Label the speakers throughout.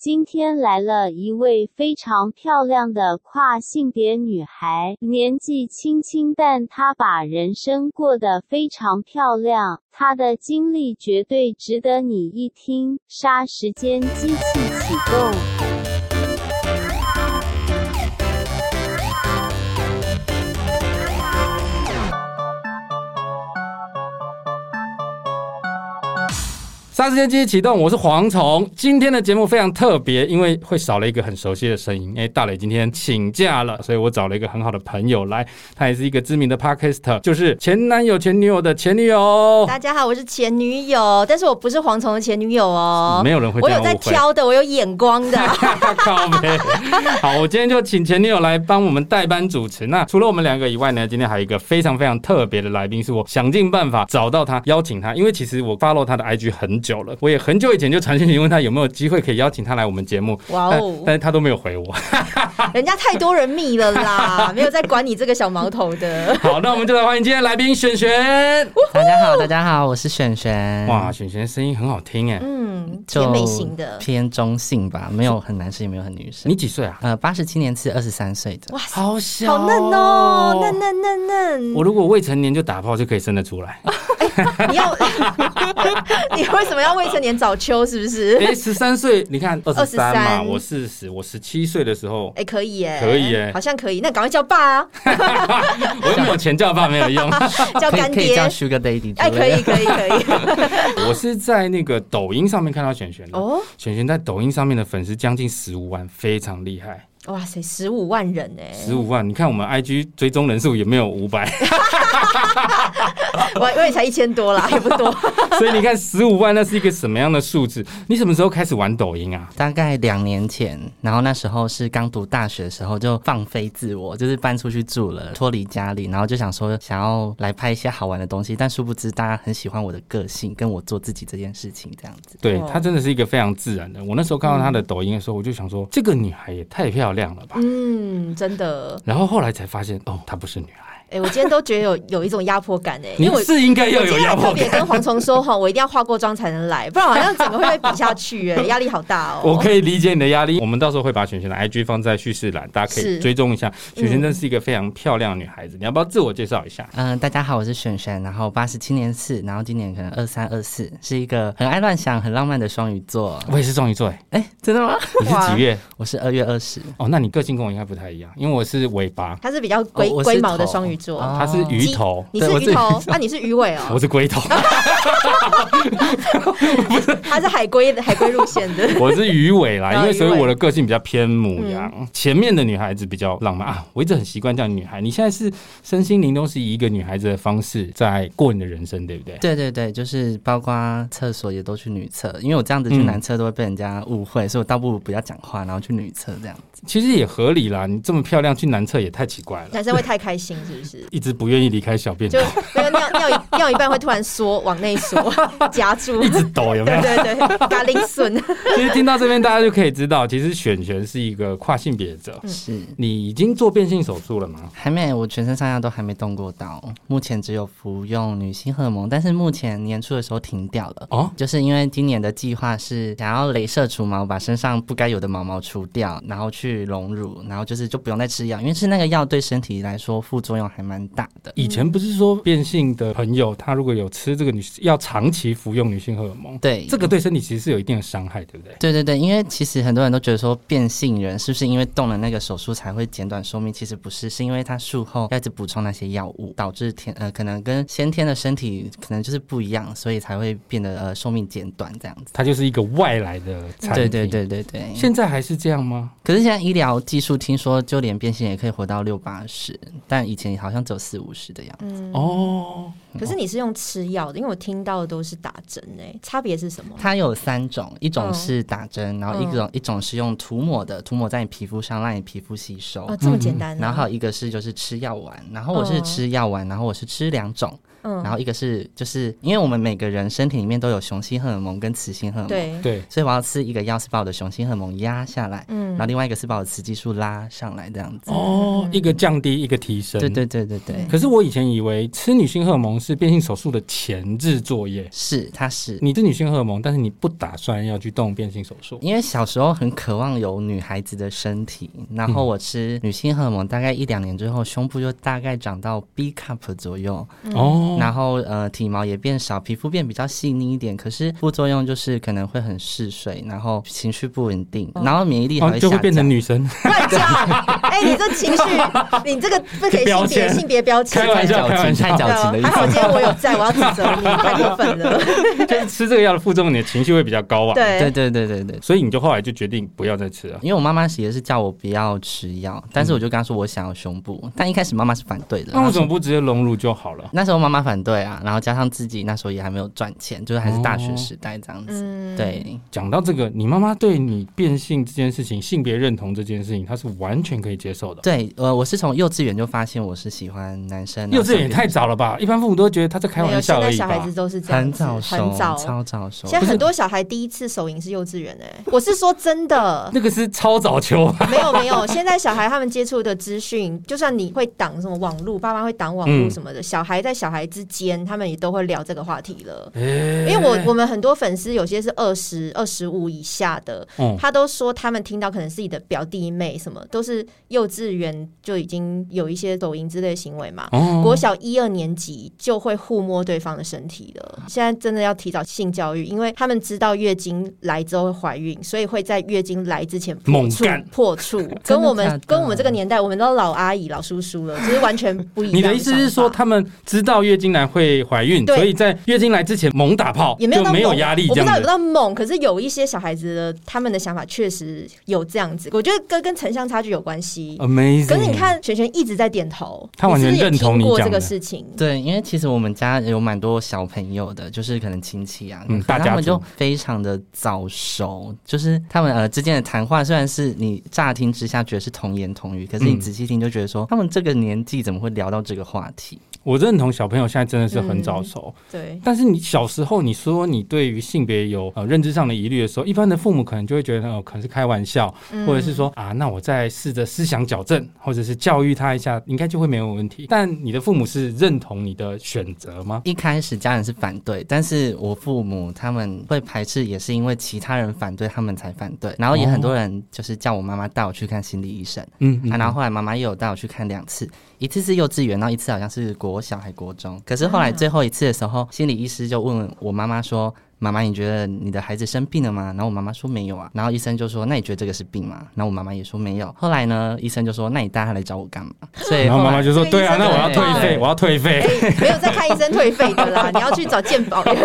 Speaker 1: 今天来了一位非常漂亮的跨性别女孩，年纪轻轻，但她把人生过得非常漂亮。她的经历绝对值得你一听。杀时间机器启动。
Speaker 2: 杀时间机器启动，我是蝗虫。今天的节目非常特别，因为会少了一个很熟悉的声音。因为大磊今天请假了，所以我找了一个很好的朋友来，他也是一个知名的 podcaster，就是前男友、前女友的前女友。
Speaker 3: 大家好，我是前女友，但是我不是蝗虫的前女友哦。
Speaker 2: 没有人会这
Speaker 3: 我
Speaker 2: 样
Speaker 3: 有
Speaker 2: 误会。
Speaker 3: 在挑的，我有眼光的。
Speaker 2: 靠背。 好，我今天就请前女友来帮我们代班主持。那除了我们两个以外呢，今天还有一个非常非常特别的来宾，是我想尽办法找到他，邀请他。因为其实我 follow 他的 IG 很久了，我也很久以前就传讯息问他有没有机会可以邀请他来我们节目。
Speaker 3: 哇
Speaker 2: 但
Speaker 3: 哦，
Speaker 2: 但是他都没有回我。
Speaker 3: 人家太多人密了啦，没有在管你这个小毛头的。
Speaker 2: 好，那我们就来欢迎今天来宾璇璇。嗯
Speaker 4: 大家好，大家好，我是璇璇。
Speaker 2: 哇，，璇璇声音很好听哎，
Speaker 3: 嗯，
Speaker 4: 就
Speaker 3: 甜美型的。
Speaker 4: 偏中性吧，没有很男生，也没有很女生。
Speaker 2: 你几岁啊？
Speaker 4: 呃，八十七年次，二十三岁的。哇，
Speaker 2: 好小
Speaker 3: 好嫩哦，嫩。嫩嫩嫩！
Speaker 2: 我如果未成年就打炮就可以生得出 来。
Speaker 3: 你要， 你为什么要未成年早秋？是不是？
Speaker 2: 哎，十三岁，你看二十三嘛，
Speaker 3: 23
Speaker 2: 我四十，我十七岁的时候，
Speaker 3: 哎，可以耶，
Speaker 2: 可以耶
Speaker 3: 好像可以。那赶快叫爸啊，
Speaker 2: 我又没有钱叫爸没有用。
Speaker 3: 叫
Speaker 4: 可
Speaker 3: 干
Speaker 4: 以可以
Speaker 3: 爹
Speaker 4: 叫。Sugar Daddy 之
Speaker 3: 哎，可
Speaker 4: 类
Speaker 3: 以，
Speaker 4: 的。
Speaker 3: 可以，可 以。
Speaker 2: 我是在那个抖音上面看到璇璇的，
Speaker 3: 哦，
Speaker 2: 璇璇在抖音上面的粉丝将近十五万，非常厉害，
Speaker 3: 哇塞，十五万人哎！
Speaker 2: 十五万。你看我们 IG 追踪人数也没有五百，
Speaker 3: 我我也才一千多啦，也不多。
Speaker 2: 所以你看十五万那是一个什么样的数字？你什么时候开始玩抖音啊？
Speaker 4: 大概两年前，然后那时候是刚读大学的时候，就放飞自我，就是搬出去住了，脱离家里，然后就想说想要来拍一些好玩的东西，但殊不知大家很喜欢我的个性，跟我做自己这件事情这样子。
Speaker 2: 对
Speaker 3: 哦
Speaker 2: 她真的是一个非常自然的。我那时候看到她的抖音的时候，我就想说，这个女孩也太漂亮了吧。
Speaker 3: 嗯，真的。
Speaker 2: 然后后来才发现，哦，她不是女孩。
Speaker 3: 哎、我今天都觉得有有一种压迫感哎、
Speaker 2: 你
Speaker 3: 因为我。
Speaker 2: 是应该要
Speaker 3: 我今
Speaker 2: 有
Speaker 3: 天
Speaker 2: 压
Speaker 3: 还特
Speaker 2: 迫
Speaker 3: 别
Speaker 2: 感。
Speaker 3: 跟蝗虫说哈，我一定要化过妆才能来，不然好像整个会被比下去哎、 压力好大 哦。
Speaker 2: 我可以理解你的压力，我们到时候会把璇璇的 IG 放在叙事栏，大家可以
Speaker 3: 是嗯
Speaker 2: 追踪一下。璇璇真是一个非常漂亮的女孩子，你要不要自我介绍一下？
Speaker 4: 嗯、大家好，我是璇璇，然后八十七年次，然后今年可能二三二四，是一个很爱乱想、很浪漫的双鱼座。
Speaker 2: 我也是双鱼座，哎，
Speaker 4: 哎、真的吗？
Speaker 2: 你是几月？
Speaker 4: 我是二月二十，
Speaker 2: 哦，那你个性跟我应该不太一样，因为我是尾巴，
Speaker 3: 他是比较龟
Speaker 4: 哦我我是
Speaker 3: 龟毛的
Speaker 4: 头
Speaker 3: 双鱼座，
Speaker 4: 哦
Speaker 2: 他是鱼头，
Speaker 3: 你是
Speaker 2: 对我
Speaker 3: 鱼头，那、啊、你是鱼尾哦
Speaker 2: 我，是龟头，
Speaker 3: 他是海龟海龟路线的。
Speaker 2: 我是鱼尾啦，
Speaker 3: 哦
Speaker 2: 因为所以
Speaker 3: 鱼尾
Speaker 2: 我的个性比较偏母羊，前面的女孩子比较浪漫啊，我一直很习惯叫你女孩。你现在是身心灵都是以一个女孩子的方式在过你的人生，对不对？
Speaker 4: 对对对，就是包括厕所也都去女厕，因为我这样子去
Speaker 2: 嗯
Speaker 4: 男厕都会被人家误会，所以我倒不如不要讲话，然后去女厕这样子。
Speaker 2: 其实也合理啦，你这么漂亮去男厕也太奇怪了，
Speaker 3: 男生会太开心是不是？
Speaker 2: 一直不愿意离开小便
Speaker 3: 就
Speaker 2: 斗，
Speaker 3: 没有尿尿一尿一半会突然缩往内 缩夹住，
Speaker 2: 一直抖有没
Speaker 3: 对
Speaker 2: 有？
Speaker 3: 对对， 嘎铃笋。
Speaker 2: 其实听到这边大家就可以知道，其实璇璇是一个跨性别者。
Speaker 4: 是，
Speaker 2: 你已经做变性手术了吗？
Speaker 4: 还没，我全身上下都还没动过刀，目前只有服用女性荷尔蒙，但是目前年初的时候停掉了。
Speaker 2: 哦，
Speaker 4: 就是因为今年的计划是想要镭射除毛，把身上不该有的毛毛除掉，然后去隆乳，然后就是就不用再吃药，因为吃那个药对身体来说副作用还蛮大的。
Speaker 2: 以前不是说变性的朋友，他如果有吃这个女，要长期服用女性荷尔蒙，
Speaker 4: 对，
Speaker 2: 这个对身体其实是有一定的伤害，对不对？
Speaker 4: 对对对，因为其实很多人都觉得说变性人是不是因为动了那个手术才会减短寿命？其实不是，是因为他术后要一直补充那些药物，导致天呃可能跟先天的身体可能就是不一样，所以才会变得呃寿命减短这样子。
Speaker 2: 它就是一个外来的产
Speaker 4: 嗯对
Speaker 2: 品。
Speaker 4: 对。对对对。
Speaker 2: 现在还是这样吗？
Speaker 4: 可是现在医疗技术听说就连变性人也可以活到六八十，但以前好像只有四五十的样子。
Speaker 3: 嗯
Speaker 2: 哦，
Speaker 3: 可是你是用吃药的，因为我听到的都是打针哎、差别是什么？
Speaker 4: 它有三种，一种
Speaker 3: 嗯
Speaker 4: 是打针，然后一
Speaker 3: 嗯
Speaker 4: 种、一种是用涂抹的，涂抹在你皮肤上，让你皮肤吸收。
Speaker 3: 哦哦，这么简单、啊
Speaker 4: 然后还有一个是就是吃药丸，然后我是吃药丸，然后我是吃两种，
Speaker 3: 哦嗯
Speaker 4: 然后一个是就是因为我们每个人身体里面都有雄性荷尔蒙跟雌性荷尔蒙，，
Speaker 3: 对，
Speaker 2: 对，
Speaker 4: 所以我要吃一个药是把我的雄性荷尔蒙压下来，
Speaker 3: 嗯
Speaker 4: 然后另外一个是把我的雌激素拉上来这样子。
Speaker 2: 哦，一个降低，一个提升，
Speaker 4: 对对对对对，
Speaker 3: 嗯
Speaker 2: 可是我以前以为吃女性荷尔蒙是变性手术的前置作业，
Speaker 4: 是它是。
Speaker 2: 你吃女性荷尔蒙，但是你不打算要去动变性手术。
Speaker 4: 因为小时候很渴望有女孩子的身体，然
Speaker 3: 嗯
Speaker 4: 后我吃女性荷尔蒙，大概一两年之后，胸部就大概长到 B cup 左右，
Speaker 2: 哦，
Speaker 4: 然后呃体毛也变少，皮肤变比较细腻一点。可是副作用就是可能会很嗜睡，然后情绪不稳定，然后免疫力还
Speaker 2: 哦
Speaker 4: 会下
Speaker 2: 就
Speaker 4: 降。
Speaker 2: 会变成女生，
Speaker 3: 乱叫！哎，你这情绪，你这个不可以性
Speaker 2: 标
Speaker 3: 别
Speaker 2: 签
Speaker 3: 性别标签
Speaker 2: 开。玩
Speaker 4: 太
Speaker 2: 笑
Speaker 4: 矫
Speaker 2: 开玩
Speaker 4: 情，
Speaker 2: 笑
Speaker 4: 太矫
Speaker 3: 对啊
Speaker 4: 情的意
Speaker 3: 还好
Speaker 4: 思。
Speaker 3: 今天我有在，我要指责你，太过分了。
Speaker 2: 就是吃这个药的副重点情绪会比较高啊。，
Speaker 4: 对
Speaker 3: 对，
Speaker 4: 对对对对。
Speaker 2: 所以你就后来就决定不要再吃了。
Speaker 4: 因为我妈妈也是叫我不要吃药，但是我就跟她说我想要胸部，但一开始妈妈是啊反对的。
Speaker 2: 那为什
Speaker 4: 然后
Speaker 2: 么不直接隆乳就好了？
Speaker 4: 那时候妈妈反对啊，然后加上自己那时候也还没有赚钱，就是还是大学时代这样子。
Speaker 3: 嗯，
Speaker 4: 对，
Speaker 2: 讲到这个，你妈妈对你变性这件事情、性别认同这件事情，她是完全可以接受的。
Speaker 4: 对，呃，我是从幼稚园就发现我是喜欢男生，
Speaker 2: 幼稚园也
Speaker 4: 然后
Speaker 2: 太早了吧？一般父母都会觉得她在开
Speaker 3: 没有
Speaker 2: 玩
Speaker 3: 嗯现
Speaker 2: 笑
Speaker 3: 在
Speaker 2: 而已
Speaker 3: 小孩
Speaker 2: 吧
Speaker 3: 子？都是这样
Speaker 4: 很
Speaker 3: 子，
Speaker 4: 早熟，
Speaker 3: 很早。
Speaker 4: 超早熟。
Speaker 3: 现在
Speaker 2: 不是
Speaker 3: 很多小孩第一次手淫是幼稚园哎、我是说真的，
Speaker 2: 那个是超早啊秋吧？
Speaker 3: 没有没有，现在小孩他们接触的资讯，就算你会挡什么网络，爸妈会挡网络
Speaker 2: 嗯
Speaker 3: 什么的，小孩在小孩之间，他们也都会聊这个话题了。
Speaker 2: 因
Speaker 3: 因为我我们很多粉丝有些是二十二十五以下的，
Speaker 2: 嗯
Speaker 3: 他都说他们听到可能是自己的表弟妹什么，都是幼稚园就已经有一些抖音之类的行为嘛。
Speaker 2: 哦
Speaker 3: 国小一二年级就会互摸对方的身体了。现在真的要提早性教育，因为他们知道月经来之后会怀孕，所以会在月经来之前破
Speaker 2: 猛
Speaker 3: 处
Speaker 2: 干
Speaker 3: 破 处。
Speaker 4: 假的
Speaker 3: 跟我们跟我们这个年代，我们都老阿姨老叔叔了，就是完全不一样。
Speaker 2: 你的意思是说，他们知道月经来会怀孕，
Speaker 3: 对
Speaker 2: 所以在月经来之前猛打炮，
Speaker 3: 也没有
Speaker 2: 就
Speaker 3: 到
Speaker 2: 没有
Speaker 3: 猛啊
Speaker 2: 压力
Speaker 3: 我
Speaker 2: 这
Speaker 3: 不知道
Speaker 2: 样
Speaker 3: 有
Speaker 2: 子。
Speaker 3: 到猛，可是有一些小孩子的他们的想法确实有这样子，我觉得跟跟城乡差距有关系。
Speaker 2: Amazing！
Speaker 3: 可是你，看，璇璇一直在点头，
Speaker 2: 他完全
Speaker 3: 你是不是也
Speaker 2: 认同你
Speaker 3: 听过
Speaker 2: 讲
Speaker 3: 这个
Speaker 2: 的
Speaker 3: 事情。
Speaker 4: 对，因为其实我们家有蛮多小朋友的，就是可能亲戚啊，
Speaker 2: 嗯
Speaker 4: 可
Speaker 2: 大
Speaker 4: 能
Speaker 2: 家
Speaker 4: 他们
Speaker 2: 族
Speaker 4: 就非常的早熟，就是他们呃之间的谈话，虽然是你乍听之下觉得是童言童语，可是你
Speaker 2: 嗯
Speaker 4: 仔细听就觉得说，他们这个年纪怎么会聊到这个话题？
Speaker 2: 我认同小朋友现在真的是很早熟，
Speaker 3: 对，
Speaker 2: 但是你小时候你说你对于性别有呃认知上的疑虑的时候，一般的父母可能就会觉得哦，可能是开玩笑，或者是说啊，那我再试着思想矫正，或者是教育他一下，应该就会没有问题。但你的父母是认同你的选择吗？
Speaker 4: 一开始家人是反对，但是我父母他们会排斥，也是因为其他人反对，他们才反对。然后也
Speaker 2: 哦
Speaker 4: 很多人就是叫我妈妈带我去看心理医生，
Speaker 2: 嗯，
Speaker 4: 啊，然后后来妈妈也有带我去看两次，一次是幼稚园，然后一次好像是国小还国中。可是后来最后一次的时候，心理医师就问我妈妈说：“妈妈，你觉得你的孩子生病了吗？”然后我妈妈说：“没有啊。”然后医生就说：“那你觉得这个是病吗？”然后我妈妈也说：“没有。”后来呢，医生就说：“那你带他来找我干嘛？”所以
Speaker 2: 然后
Speaker 4: 后
Speaker 2: 妈
Speaker 4: 来
Speaker 2: 妈就说：“
Speaker 3: 这个
Speaker 2: 对
Speaker 3: 医
Speaker 2: 啊，
Speaker 3: 生
Speaker 2: 那我要
Speaker 4: 很
Speaker 2: 退
Speaker 4: 棒
Speaker 2: 费，我要退费。”
Speaker 3: 哎，没有在看医生退费的啦，你要去找健保员。